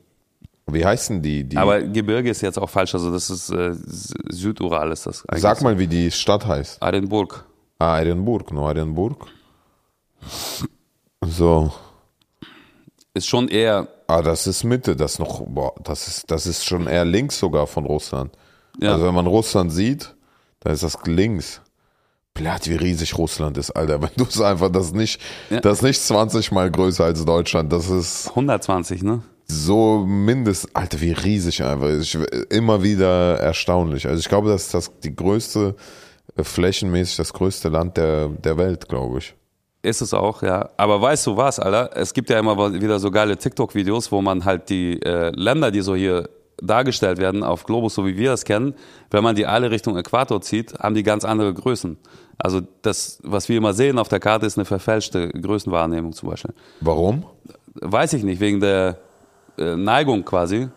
[SPEAKER 2] Mhm. Wie heißen die? die
[SPEAKER 1] Aber Gebirge ist jetzt auch falsch, also das ist äh, S- Südural ist das eigentlich.
[SPEAKER 2] sag mal, wie die Stadt heißt.
[SPEAKER 1] Arenburg.
[SPEAKER 2] Ah, Edinburgh, nur Edinburgh. So.
[SPEAKER 1] Ist schon eher,
[SPEAKER 2] Ah, das ist Mitte, das noch, boah, das ist, das ist schon eher links sogar von Russland.
[SPEAKER 1] Ja.
[SPEAKER 2] Also wenn man Russland sieht, dann ist das links. Blatt, wie riesig Russland ist, Alter. Wenn du es einfach, das ist nicht,
[SPEAKER 1] Ja.
[SPEAKER 2] das ist nicht 20 mal größer als Deutschland. Das ist
[SPEAKER 1] 120, ne?
[SPEAKER 2] so mindest, Alter, wie riesig einfach. Ich, immer wieder erstaunlich. Also ich glaube, das ist das die größte, äh, flächenmäßig das größte Land der, der Welt, glaube ich.
[SPEAKER 1] Ist es auch, ja. Aber weißt du was, Alter? Es gibt ja immer wieder so geile TikTok-Videos, wo man halt die äh, Länder, die so hier dargestellt werden auf Globus, so wie wir es kennen, wenn man die alle Richtung Äquator zieht, haben die ganz andere Größen. Also das, was wir immer sehen auf der Karte, ist eine verfälschte Größenwahrnehmung zum Beispiel.
[SPEAKER 2] Warum?
[SPEAKER 1] Weiß ich nicht, wegen der äh, Neigung quasi.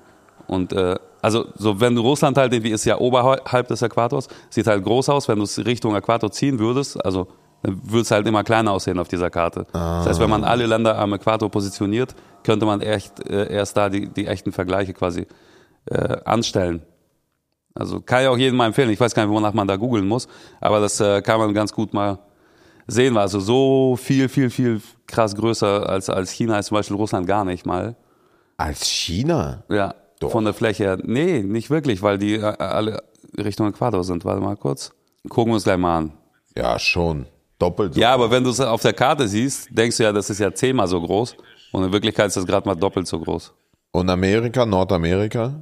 [SPEAKER 1] Und äh, also so wenn du Russland halt irgendwie ist ja oberhalb des Äquators, sieht halt groß aus, wenn du es Richtung Äquator ziehen würdest, also dann würde es halt immer kleiner aussehen auf dieser Karte. Das heißt, wenn man alle Länder am Äquator positioniert, könnte man echt äh, erst da die, die echten Vergleiche quasi äh, anstellen. Also kann ich auch jedem mal empfehlen. Ich weiß gar nicht, wonach man da googeln muss, aber das äh, kann man ganz gut mal sehen. War also so viel, viel, viel krass größer als, als China ist zum Beispiel Russland gar nicht mal.
[SPEAKER 2] Als China?
[SPEAKER 1] Ja, von der Fläche her. Nee, nicht wirklich, weil die äh, alle Richtung Äquator sind. Warte mal kurz. Gucken wir uns gleich mal an.
[SPEAKER 2] Ja, schon. Doppelt so.
[SPEAKER 1] Ja, aber wenn du es auf der Karte siehst, denkst du ja, das ist ja zehnmal so groß. Und in Wirklichkeit ist das gerade mal doppelt so groß.
[SPEAKER 2] Und Amerika, Nordamerika?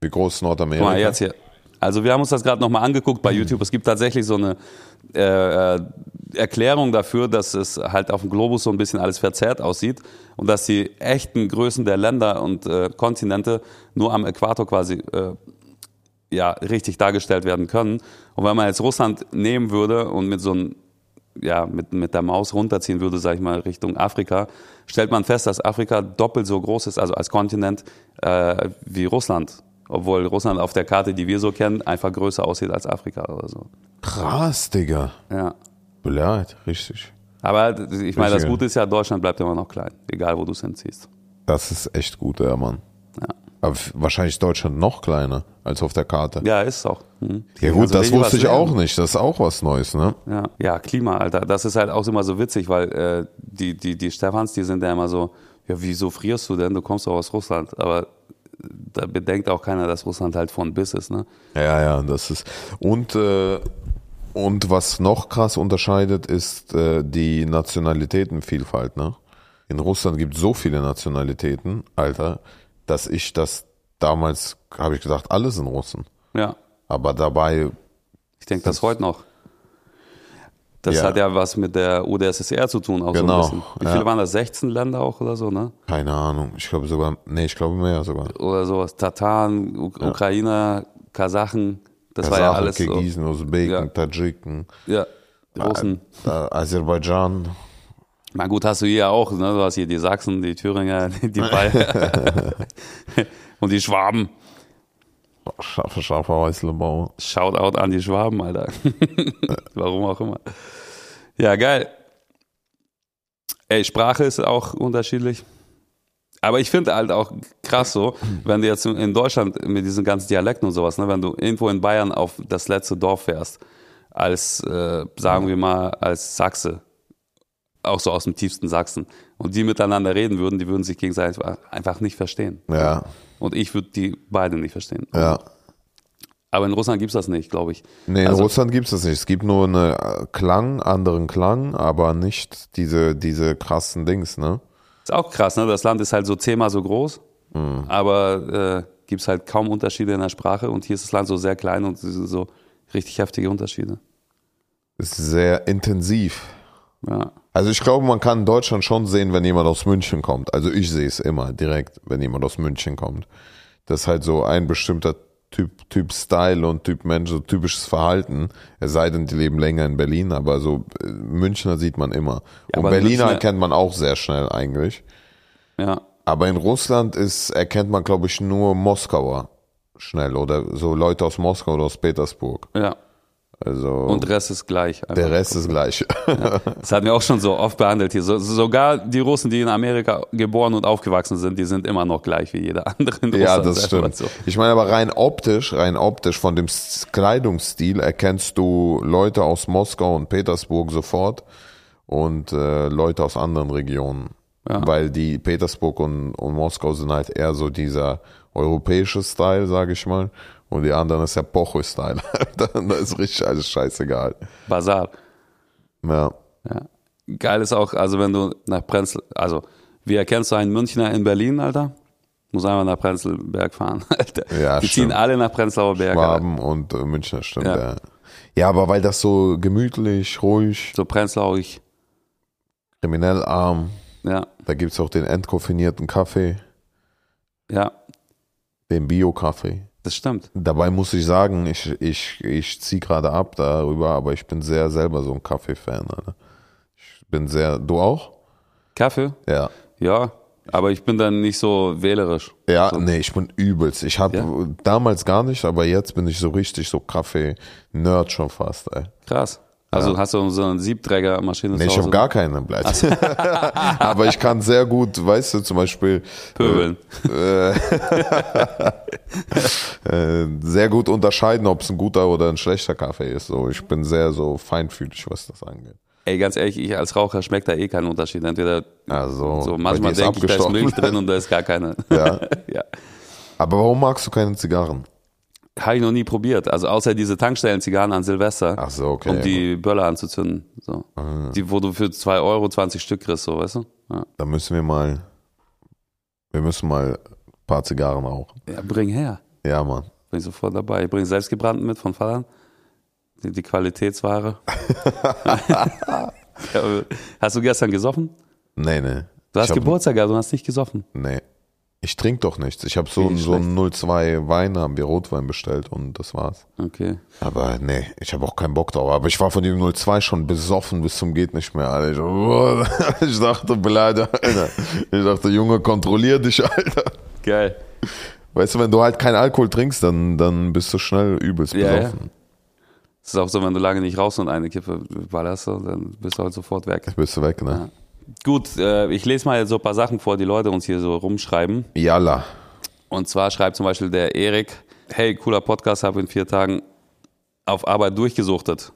[SPEAKER 2] Wie groß ist Nordamerika?
[SPEAKER 1] Guck mal, jetzt hier. Also wir haben uns das gerade nochmal angeguckt bei YouTube. Es gibt tatsächlich so eine äh, äh, Erklärung dafür, dass es halt auf dem Globus so ein bisschen alles verzerrt aussieht und dass die echten Größen der Länder und äh, Kontinente nur am Äquator quasi äh, ja, richtig dargestellt werden können. Und wenn man jetzt Russland nehmen würde und mit so einem ja, mit, mit der Maus runterziehen würde, sage ich mal, Richtung Afrika, stellt man fest, dass Afrika doppelt so groß ist, also als Kontinent, äh, wie Russland. Obwohl Russland auf der Karte, die wir so kennen, einfach größer aussieht als Afrika oder so.
[SPEAKER 2] Krass, Digga.
[SPEAKER 1] Ja.
[SPEAKER 2] Blöd, richtig.
[SPEAKER 1] Aber ich meine, das
[SPEAKER 2] Richtig.
[SPEAKER 1] Gute ist ja, Deutschland bleibt immer noch klein, egal wo du es hinziehst.
[SPEAKER 2] Das ist echt gut, ja, Mann.
[SPEAKER 1] Ja.
[SPEAKER 2] Aber f- wahrscheinlich ist Deutschland noch kleiner als auf der Karte.
[SPEAKER 1] Ja, ist es auch. Mhm.
[SPEAKER 2] Ja, gut,
[SPEAKER 1] Also
[SPEAKER 2] das
[SPEAKER 1] will ich
[SPEAKER 2] wusste
[SPEAKER 1] was
[SPEAKER 2] ich auch
[SPEAKER 1] lernen.
[SPEAKER 2] nicht. Das ist auch was Neues, ne?
[SPEAKER 1] Ja. ja, Klima, Alter. Das ist halt auch immer so witzig, weil äh, die, die, die Stefans, die sind ja immer so, ja, wieso frierst du denn? Du kommst doch aus Russland. Aber da bedenkt auch keiner, dass Russland halt von bis ist, ne?
[SPEAKER 2] Ja, ja, das ist. Und, äh, Und was noch krass unterscheidet, ist äh, die Nationalitätenvielfalt. Ne? In Russland gibt es so viele Nationalitäten, Alter, dass ich das damals, habe ich gesagt, alles sind Russen.
[SPEAKER 1] Ja,
[SPEAKER 2] Aber dabei,
[SPEAKER 1] ich denke das heute noch. Das
[SPEAKER 2] Ja.
[SPEAKER 1] hat ja was mit der UdSSR zu tun, auch
[SPEAKER 2] Genau,
[SPEAKER 1] so ein bisschen. Wie
[SPEAKER 2] ja.
[SPEAKER 1] viele waren das? 16 Länder auch oder so, ne?
[SPEAKER 2] keine Ahnung, ich glaube sogar, nee, ich glaube mehr sogar.
[SPEAKER 1] Oder sowas. Tataren, U Ukrainer, Kasachen. Das war ja alles so.
[SPEAKER 2] Kirgisen, Usbeken,
[SPEAKER 1] Ja.
[SPEAKER 2] Tadschiken,
[SPEAKER 1] Ja, Russen.
[SPEAKER 2] äh, Aserbaidschan.
[SPEAKER 1] Na gut, hast du hier ja auch, ne? Du hast hier die Sachsen, die Thüringer, die die Bayern und die Schwaben.
[SPEAKER 2] Scharfe, scharfe Häuslebau.
[SPEAKER 1] Shoutout an die Schwaben, Alter. Warum auch immer. Ja, geil. Ey, Sprache ist auch unterschiedlich. Aber ich finde halt auch krass so, wenn du jetzt in Deutschland mit diesen ganzen Dialekten und sowas, ne, wenn du irgendwo in Bayern auf das letzte Dorf fährst, als, äh, sagen wir mal, als Sachse, auch so aus dem tiefsten Sachsen, und die miteinander reden würden, die würden sich gegenseitig einfach nicht verstehen.
[SPEAKER 2] Ja,
[SPEAKER 1] Und ich würde die beiden nicht verstehen.
[SPEAKER 2] ja.
[SPEAKER 1] Aber in Russland gibt's das nicht, glaube ich.
[SPEAKER 2] Nee, in
[SPEAKER 1] Also-
[SPEAKER 2] Russland gibt's das nicht. Es gibt nur einen äh, Klang, anderen Klang, aber nicht diese, diese krassen Dings, ne?
[SPEAKER 1] Ist auch krass, ne? Das Land ist halt so zehnmal so groß,
[SPEAKER 2] Mhm.
[SPEAKER 1] aber äh, gibt es halt kaum Unterschiede in der Sprache und hier ist das Land so sehr klein und es sind so richtig heftige Unterschiede.
[SPEAKER 2] Ist sehr intensiv.
[SPEAKER 1] Ja.
[SPEAKER 2] Also ich glaube, man kann in Deutschland schon sehen, wenn jemand aus München kommt. Also ich sehe es immer direkt, wenn jemand aus München kommt. Das ist halt so ein bestimmter Typ, Typ Style und Typ Mensch, so typisches Verhalten. Es sei denn, die leben länger in Berlin, aber so äh, Münchner sieht man immer.
[SPEAKER 1] Ja,
[SPEAKER 2] und
[SPEAKER 1] aber
[SPEAKER 2] Berliner
[SPEAKER 1] Münchner-
[SPEAKER 2] kennt man auch sehr schnell eigentlich.
[SPEAKER 1] ja.
[SPEAKER 2] Aber in Russland ist, erkennt man, glaube ich, nur Moskauer schnell oder so Leute aus Moskau oder aus Petersburg.
[SPEAKER 1] Ja.
[SPEAKER 2] Also
[SPEAKER 1] Und der Rest ist gleich. einfach.
[SPEAKER 2] der Rest ist gleich.
[SPEAKER 1] Das hatten wir auch schon so oft behandelt hier. So, sogar die Russen, die in Amerika geboren und aufgewachsen sind, die sind immer noch gleich wie jeder andere in Russland.
[SPEAKER 2] Ja, das
[SPEAKER 1] Ist einfach
[SPEAKER 2] stimmt. Ich meine aber rein optisch, rein optisch von dem S- Kleidungsstil erkennst du Leute aus Moskau und Petersburg sofort und äh, Leute aus anderen Regionen. Weil die Petersburg und, und Moskau sind halt eher so dieser europäische Style, sage ich mal. Und die anderen ist der Pocho-Style. da ist richtig alles scheißegal.
[SPEAKER 1] Basar.
[SPEAKER 2] Ja.
[SPEAKER 1] Ja. Geil ist auch, also wenn du nach Prenzl, also wie erkennst du einen Münchner in Berlin, Alter? Muss einmal nach Prenzlberg fahren, Alter.
[SPEAKER 2] Ja,
[SPEAKER 1] die
[SPEAKER 2] stimmt.
[SPEAKER 1] ziehen alle nach Prenzlauer Berg, Alter.
[SPEAKER 2] Schwaben und äh, Münchner, stimmt.
[SPEAKER 1] Ja.
[SPEAKER 2] Ja. Ja. aber weil das so gemütlich, ruhig,
[SPEAKER 1] So Prenzlauer, ich,
[SPEAKER 2] kriminell arm,
[SPEAKER 1] ja,
[SPEAKER 2] Da gibt es auch den entkoffinierten Kaffee,
[SPEAKER 1] ja,
[SPEAKER 2] den Bio-Kaffee.
[SPEAKER 1] das stimmt.
[SPEAKER 2] Dabei muss ich sagen, ich, ich, ich ziehe gerade ab darüber, aber ich bin sehr selber so ein Kaffee-Fan. Alter. Ich bin sehr. Du auch?
[SPEAKER 1] Kaffee?
[SPEAKER 2] Ja.
[SPEAKER 1] Ja, aber ich bin dann nicht so wählerisch.
[SPEAKER 2] Ja, nee, ich bin übelst. Ich habe
[SPEAKER 1] Ja?
[SPEAKER 2] damals gar nicht, aber jetzt bin ich so richtig so Kaffee-Nerd schon fast, ey.
[SPEAKER 1] Krass. Also hast du so eine Siebträgermaschine
[SPEAKER 2] Nee,
[SPEAKER 1] zu
[SPEAKER 2] ich
[SPEAKER 1] Hause?
[SPEAKER 2] habe gar keine Blatt. aber ich kann sehr gut, weißt du, zum Beispiel.
[SPEAKER 1] Pöbeln.
[SPEAKER 2] äh, sehr gut unterscheiden, ob es ein guter oder ein schlechter Kaffee ist. So, ich bin sehr so feinfühlig, was das angeht.
[SPEAKER 1] Ey, ganz ehrlich, ich als Raucher schmeckt da eh keinen Unterschied. Entweder
[SPEAKER 2] Also,
[SPEAKER 1] so,
[SPEAKER 2] bei
[SPEAKER 1] manchmal
[SPEAKER 2] dir ist
[SPEAKER 1] denke ich, da ist
[SPEAKER 2] abgestochen.
[SPEAKER 1] Milch drin und da ist gar keine.
[SPEAKER 2] Ja.
[SPEAKER 1] ja.
[SPEAKER 2] Aber warum magst du keine Zigarren?
[SPEAKER 1] Habe ich noch nie probiert. Also außer diese Tankstellen-Zigarren an Silvester.
[SPEAKER 2] Ach so, okay. Äh,
[SPEAKER 1] Um die Böller anzuzünden. So. Die, wo du für 2 Euro 20 Stück kriegst, so, weißt du? Ja,
[SPEAKER 2] Da müssen wir mal, wir müssen mal ein paar Zigarren rauchen.
[SPEAKER 1] ja bring her.
[SPEAKER 2] Ja, Mann.
[SPEAKER 1] Bin ich sofort dabei. Ich bringe selbstgebrannten mit von Vatern. Die, die Qualitätsware. Ja, hast du gestern gesoffen?
[SPEAKER 2] Nee, nee.
[SPEAKER 1] Du hast
[SPEAKER 2] ich hab-
[SPEAKER 1] Geburtstag gehabt und hast nicht gesoffen.
[SPEAKER 2] Nee. Ich trinke doch nichts. Ich habe so,
[SPEAKER 1] Wie
[SPEAKER 2] einen- so
[SPEAKER 1] schlecht.
[SPEAKER 2] einen 02 Wein, haben wir Rotwein bestellt und das war's.
[SPEAKER 1] Okay.
[SPEAKER 2] Aber nee, ich habe auch keinen Bock drauf. Aber ich war von dem 02 schon besoffen bis zum geht nicht mehr. Alter. Ich, oh, ich dachte, beleidigt, Alter. Ich dachte, Junge, kontrollier dich, Alter.
[SPEAKER 1] Geil.
[SPEAKER 2] Weißt du, wenn du halt keinen Alkohol trinkst, dann, dann bist du schnell übelst
[SPEAKER 1] Ja, ja.
[SPEAKER 2] besoffen.
[SPEAKER 1] Das ist auch so, wenn du lange nicht raus und eine Kippe ballerst, so, dann bist du halt sofort weg.
[SPEAKER 2] Bist du weg, ne?
[SPEAKER 1] Gut, äh, ich lese mal jetzt so ein paar Sachen vor, die Leute uns hier so rumschreiben.
[SPEAKER 2] Jalla.
[SPEAKER 1] Und zwar schreibt zum Beispiel der Erik, hey, cooler Podcast, habe in vier Tagen auf Arbeit durchgesuchtet.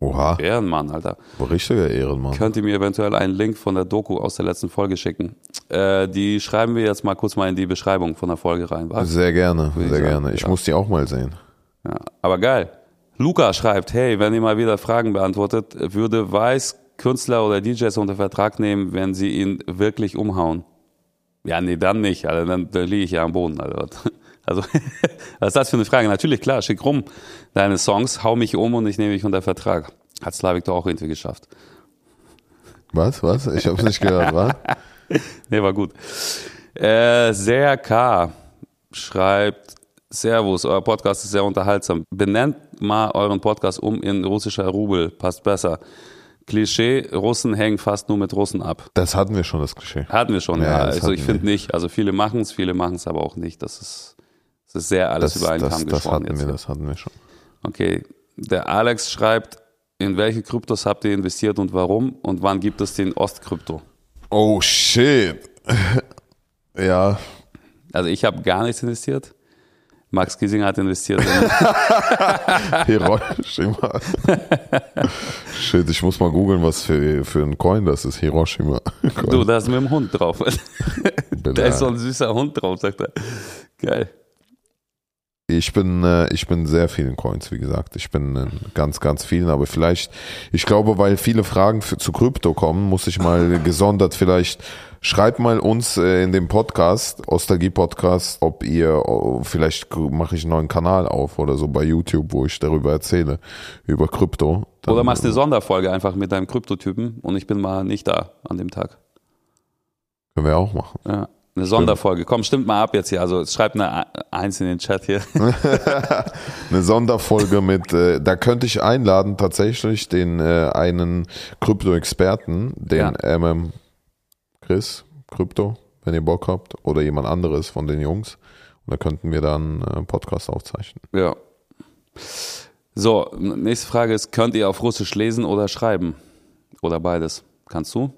[SPEAKER 2] Oha,
[SPEAKER 1] Ehrenmann, Alter.
[SPEAKER 2] richtiger Ehrenmann.
[SPEAKER 1] Könnt ihr mir eventuell einen Link von der Doku aus der letzten Folge schicken? Äh, die schreiben wir jetzt mal kurz mal in die
[SPEAKER 2] Also-
[SPEAKER 1] Beschreibung von der Folge rein. wa?
[SPEAKER 2] Sehr gerne,
[SPEAKER 1] ich
[SPEAKER 2] sehr
[SPEAKER 1] sagen,
[SPEAKER 2] gerne. Ich muss die auch mal sehen.
[SPEAKER 1] Ja, aber geil. Luca schreibt, hey, wenn ihr mal wieder Fragen beantwortet, würde Weiß Künstler oder DJs unter Vertrag nehmen, wenn sie ihn wirklich umhauen? Ja, nee, dann nicht, Alter. Dann, dann liege ich ja am Boden, Alter. Also, was ist das für eine Frage? Natürlich, klar, schick rum deine Songs, hau mich um und ich nehme dich unter Vertrag. Hat Slavik doch auch irgendwie geschafft.
[SPEAKER 2] Was, was? Ich hab's nicht gehört, was?
[SPEAKER 1] Nee, war gut. Äh, sehr K schreibt, Servus, euer Podcast ist sehr unterhaltsam. Benennt mal euren Podcast um in russischer Rubel, passt besser. Klischee, Russen hängen fast nur mit Russen ab.
[SPEAKER 2] Das hatten wir schon, das Klischee.
[SPEAKER 1] Hatten wir schon, ja.
[SPEAKER 2] Ja, das
[SPEAKER 1] Also ich
[SPEAKER 2] hatten
[SPEAKER 1] finde
[SPEAKER 2] wir.
[SPEAKER 1] nicht. Also viele machen es, viele machen es aber auch nicht. Das ist, das ist sehr alles
[SPEAKER 2] Das,
[SPEAKER 1] über einen
[SPEAKER 2] das,
[SPEAKER 1] Kamm
[SPEAKER 2] das
[SPEAKER 1] gesprochen
[SPEAKER 2] hatten
[SPEAKER 1] jetzt.
[SPEAKER 2] wir, das hatten wir schon.
[SPEAKER 1] Okay. Der Alex schreibt, in welche Kryptos habt ihr investiert und warum und wann gibt es den Ostkrypto?
[SPEAKER 2] Oh shit. ja,
[SPEAKER 1] Also ich habe gar nichts investiert. Max Giesinger hat investiert.
[SPEAKER 2] Hiroshima. shit, ich muss mal googeln, was für, für ein Coin das ist. Hiroshima.
[SPEAKER 1] du, da ist mit dem Hund drauf. da ist so ein süßer Hund drauf, sagt er. Geil.
[SPEAKER 2] Ich bin, äh, ich bin sehr vielen Coins, wie gesagt. Ich bin in ganz, ganz vielen, aber vielleicht, ich glaube, weil viele Fragen für, zu Krypto kommen, muss ich mal gesondert vielleicht, schreibt mal uns äh, in dem Podcast, Ostalgie-Podcast, ob ihr, oh, vielleicht k- mache ich einen neuen Kanal auf oder so bei YouTube, wo ich darüber erzähle, über Krypto. Dann-
[SPEAKER 1] Oder machst eine Sonderfolge einfach mit deinem Kryptotypen und ich bin mal nicht da an dem Tag.
[SPEAKER 2] Können wir auch machen.
[SPEAKER 1] Ja, eine Sonderfolge. Komm, stimmt mal ab jetzt hier. Also schreibt eine A- Eins in den Chat hier.
[SPEAKER 2] Eine Sonderfolge mit, äh, da könnte ich einladen, tatsächlich den äh, einen Krypto-Experten, den MM Chris, Krypto, wenn ihr Bock habt, oder jemand anderes von den Jungs. Und da könnten wir dann äh, einen Podcast aufzeichnen.
[SPEAKER 1] Ja. So, n- nächste Frage ist, könnt ihr auf Russisch lesen oder schreiben? Oder beides? Kannst du?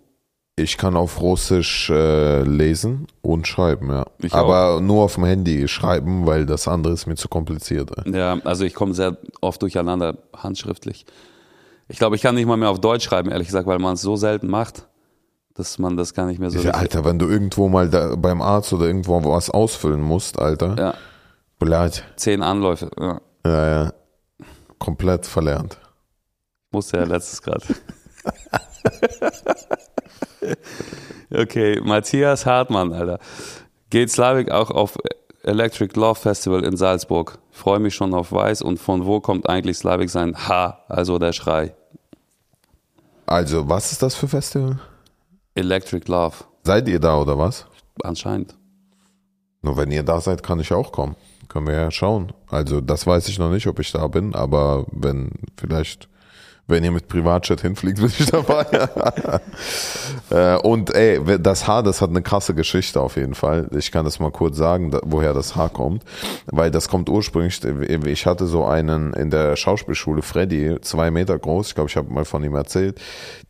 [SPEAKER 2] Ich kann auf Russisch äh, lesen und schreiben, ja.
[SPEAKER 1] Ich
[SPEAKER 2] Aber nur auf dem Handy schreiben, weil das andere ist mir zu kompliziert. Ey.
[SPEAKER 1] Ja, also ich komme sehr oft durcheinander handschriftlich. Ich glaube, ich kann nicht mal mehr auf Deutsch schreiben, ehrlich gesagt, weil man es so selten macht, dass man das gar nicht mehr so...
[SPEAKER 2] Ja, Alter, wenn du irgendwo mal da beim Arzt oder irgendwo was ausfüllen musst, Alter,
[SPEAKER 1] Ja,
[SPEAKER 2] blöd.
[SPEAKER 1] zehn Anläufe. Ja,
[SPEAKER 2] Ja, ja. äh, Komplett verlernt.
[SPEAKER 1] musste ja letztes gerade. okay, Matthias Hartmann, Alter. Geht Slavik auch auf Electric Love Festival in Salzburg? Freue mich schon auf Weiß. Und von wo kommt eigentlich Slavik sein Ha, also der Schrei?
[SPEAKER 2] Also, was ist das für Festival?
[SPEAKER 1] Electric Love,
[SPEAKER 2] Seid ihr da oder was?
[SPEAKER 1] anscheinend.
[SPEAKER 2] Nur wenn ihr da seid, kann ich auch kommen. Können wir ja schauen. Also, das weiß ich noch nicht, ob ich da bin, aber wenn, vielleicht, wenn ihr mit Privatjet hinfliegt, bin ich dabei. äh, und ey, we- das Haar, das hat eine krasse Geschichte auf jeden Fall. Ich kann das mal kurz sagen, da, woher das Haar kommt. Weil das kommt ursprünglich, äh, ich hatte so einen in der Schauspielschule, Freddy, zwei Meter groß, ich glaube, ich habe mal von ihm erzählt,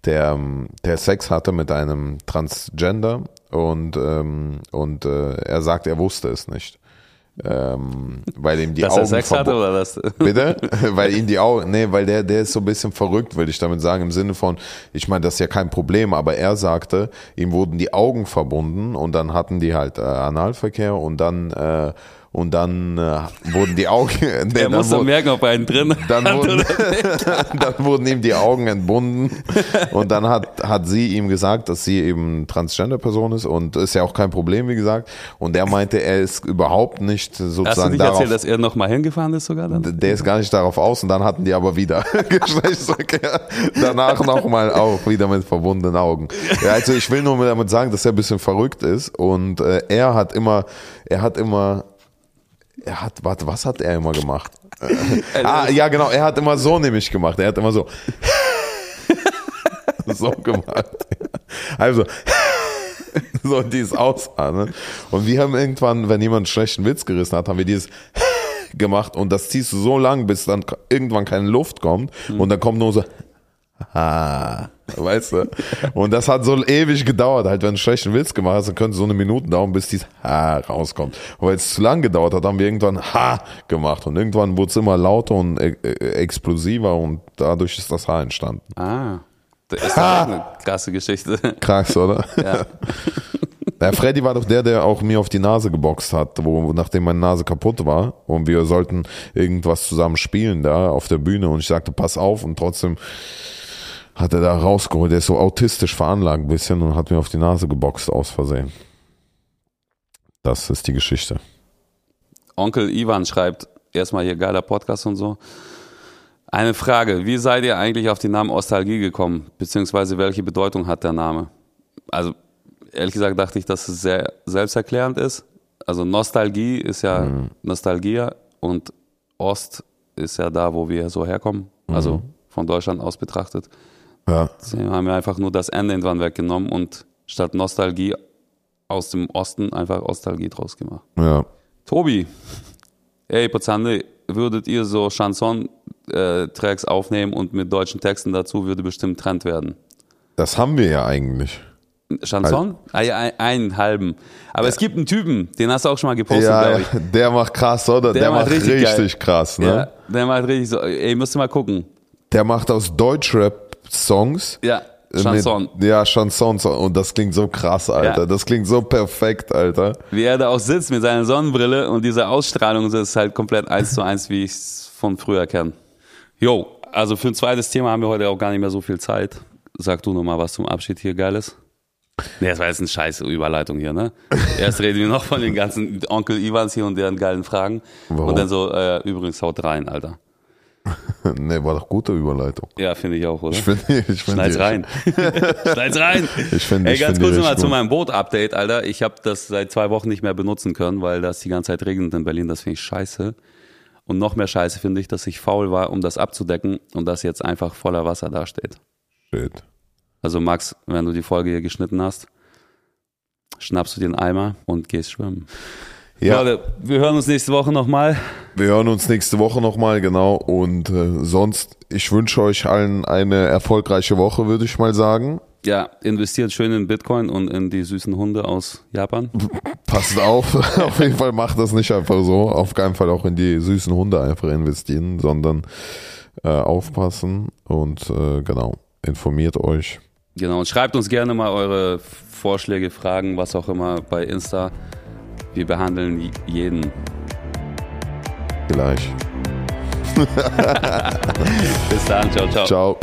[SPEAKER 2] der, ähm, der Sex hatte mit einem Transgender und, ähm, und äh, er sagt, er wusste es nicht. Ähm, weil ihm die
[SPEAKER 1] Dass
[SPEAKER 2] Augen
[SPEAKER 1] er Sex hatte
[SPEAKER 2] verbo-
[SPEAKER 1] oder das?
[SPEAKER 2] Bitte? weil ihn die Augen, nee, weil der, der ist so ein bisschen verrückt, würde ich damit sagen, im Sinne von, ich meine, das ist ja kein Problem, aber er sagte, ihm wurden die Augen verbunden und dann hatten die halt äh, Analverkehr und dann, äh, und dann äh, wurden die Augen, nee,
[SPEAKER 1] Er
[SPEAKER 2] dann,
[SPEAKER 1] muss doch
[SPEAKER 2] wurden-
[SPEAKER 1] merken, ob er einen drin
[SPEAKER 2] dann,
[SPEAKER 1] hat.
[SPEAKER 2] wurden,
[SPEAKER 1] Oder?
[SPEAKER 2] dann wurden ihm die Augen entbunden und dann hat, hat sie ihm gesagt, dass sie eben Transgender-Person ist und ist ja auch kein Problem, wie gesagt. Und er meinte, er ist überhaupt nicht
[SPEAKER 1] Hast du
[SPEAKER 2] sozusagen
[SPEAKER 1] nicht
[SPEAKER 2] darauf
[SPEAKER 1] erzählt, dass er nochmal hingefahren ist sogar dann?
[SPEAKER 2] der ist gar nicht darauf aus und dann hatten die aber wieder Geschlechtsverkehr. Danach nochmal auch wieder mit verbundenen Augen. Ja, also ich will nur damit sagen, dass er ein bisschen verrückt ist und äh, er hat immer, er hat immer, er hat, warte, was hat er immer gemacht? Äh, ah, ja genau, er hat immer so nämlich gemacht. Er hat immer so, so gemacht. Also, so dieses Aussah. Ne? Und wir haben irgendwann, wenn jemand einen schlechten Witz gerissen hat, haben wir dieses gemacht und das ziehst du so lang, bis dann k- irgendwann keine Luft kommt und dann kommt nur so, ah, weißt du? Und das hat so ewig gedauert, halt wenn du einen schlechten Witz gemacht hast, dann könnte so eine Minute dauern, bis dieses ha rauskommt. Und weil es zu lang gedauert hat, haben wir irgendwann ha gemacht und irgendwann wurde es immer lauter und äh, äh, explosiver und dadurch ist das Haar entstanden.
[SPEAKER 1] Ah, das ist doch eine krasse Geschichte.
[SPEAKER 2] Krass, oder?
[SPEAKER 1] Ja.
[SPEAKER 2] Ja, Freddy war doch der, der auch mir auf die Nase geboxt hat, wo, nachdem meine Nase kaputt war und wir sollten irgendwas zusammen spielen da auf der Bühne und ich sagte, pass auf und trotzdem hat er da rausgeholt. Der ist so autistisch veranlagt ein bisschen und hat mir auf die Nase geboxt aus Versehen. Das ist die Geschichte.
[SPEAKER 1] Onkel Ivan schreibt, erstmal hier geiler Podcast und so. Eine Frage, wie seid ihr eigentlich auf den Namen Ostalgie gekommen? Beziehungsweise welche Bedeutung hat der Name? Also ehrlich gesagt dachte ich, dass es sehr selbsterklärend ist. Also Nostalgie ist ja
[SPEAKER 2] Mhm.
[SPEAKER 1] Nostalgia und Ost ist ja da, wo wir so herkommen.
[SPEAKER 2] Mhm.
[SPEAKER 1] Also von Deutschland aus betrachtet.
[SPEAKER 2] Ja.
[SPEAKER 1] Sie haben ja einfach nur das Ende irgendwann weggenommen und statt Nostalgie aus dem Osten einfach Ostalgie draus gemacht.
[SPEAKER 2] Ja.
[SPEAKER 1] Tobi, ey Pozande, würdet ihr so Chanson-Tracks aufnehmen und mit deutschen Texten dazu würde bestimmt Trend werden?
[SPEAKER 2] Das haben wir ja eigentlich.
[SPEAKER 1] Chanson?
[SPEAKER 2] Halt.
[SPEAKER 1] Ah, ja, ein- einen halben. Aber es gibt einen Typen, den hast du auch schon mal gepostet,
[SPEAKER 2] ja,
[SPEAKER 1] glaube ich.
[SPEAKER 2] ja, Also der macht krass, oder? Der, macht richtig,
[SPEAKER 1] geil.
[SPEAKER 2] krass, ne?
[SPEAKER 1] Ja, der macht richtig so, ey, müsst ihr mal gucken.
[SPEAKER 2] Der macht aus Deutschrap Songs.
[SPEAKER 1] Ja, Chanson.
[SPEAKER 2] Mit, ja, Chansons. Und das klingt so krass, Alter.
[SPEAKER 1] Ja.
[SPEAKER 2] Das klingt so perfekt, Alter.
[SPEAKER 1] Wie er da auch sitzt mit seiner Sonnenbrille und dieser Ausstrahlung, das ist halt komplett eins zu eins, wie ich es von früher kenne. Jo, also für ein zweites Thema haben wir heute auch gar nicht mehr so viel Zeit. Sag du nochmal was zum Abschied hier Geiles. Nee, das war jetzt eine scheiß Überleitung hier, ne? Erst reden wir noch von den ganzen Onkel Ivans hier und deren geilen Fragen.
[SPEAKER 2] Warum?
[SPEAKER 1] Und dann so, äh, übrigens haut rein, Alter.
[SPEAKER 2] Ne, war doch gute Überleitung.
[SPEAKER 1] Ja, finde ich auch, oder?
[SPEAKER 2] Ich finde, ich finde.
[SPEAKER 1] Schneid's rein. Schneid's rein.
[SPEAKER 2] Ich finde-
[SPEAKER 1] Ey,
[SPEAKER 2] ich
[SPEAKER 1] ganz
[SPEAKER 2] finde
[SPEAKER 1] kurz
[SPEAKER 2] die
[SPEAKER 1] nochmal
[SPEAKER 2] richtig
[SPEAKER 1] zu
[SPEAKER 2] gut.
[SPEAKER 1] meinem Boot-Update, Alter. Ich habe das seit zwei Wochen nicht mehr benutzen können, weil das die ganze Zeit regnet in Berlin. Das finde ich scheiße. Und noch mehr scheiße finde ich, dass ich faul war, um das abzudecken und das jetzt einfach voller Wasser dasteht.
[SPEAKER 2] Shit.
[SPEAKER 1] Also Max, wenn du die Folge hier geschnitten hast, schnappst du den Eimer und gehst schwimmen.
[SPEAKER 2] Ja,
[SPEAKER 1] Leute, wir hören uns nächste Woche nochmal.
[SPEAKER 2] wir hören uns nächste Woche nochmal, genau. Und äh, sonst, ich wünsche euch allen eine erfolgreiche Woche, würde ich mal sagen.
[SPEAKER 1] Ja, investiert schön in Bitcoin und in die süßen Hunde aus Japan.
[SPEAKER 2] Passt auf, auf jeden Fall macht das nicht einfach so. Auf keinen Fall auch in die süßen Hunde einfach investieren, sondern äh, aufpassen und äh, genau, informiert euch.
[SPEAKER 1] Genau, und schreibt uns gerne mal eure Vorschläge, Fragen, was auch immer bei Insta. Wir behandeln j- jeden.
[SPEAKER 2] Gleich.
[SPEAKER 1] Bis dann, ciao, ciao.
[SPEAKER 2] Ciao.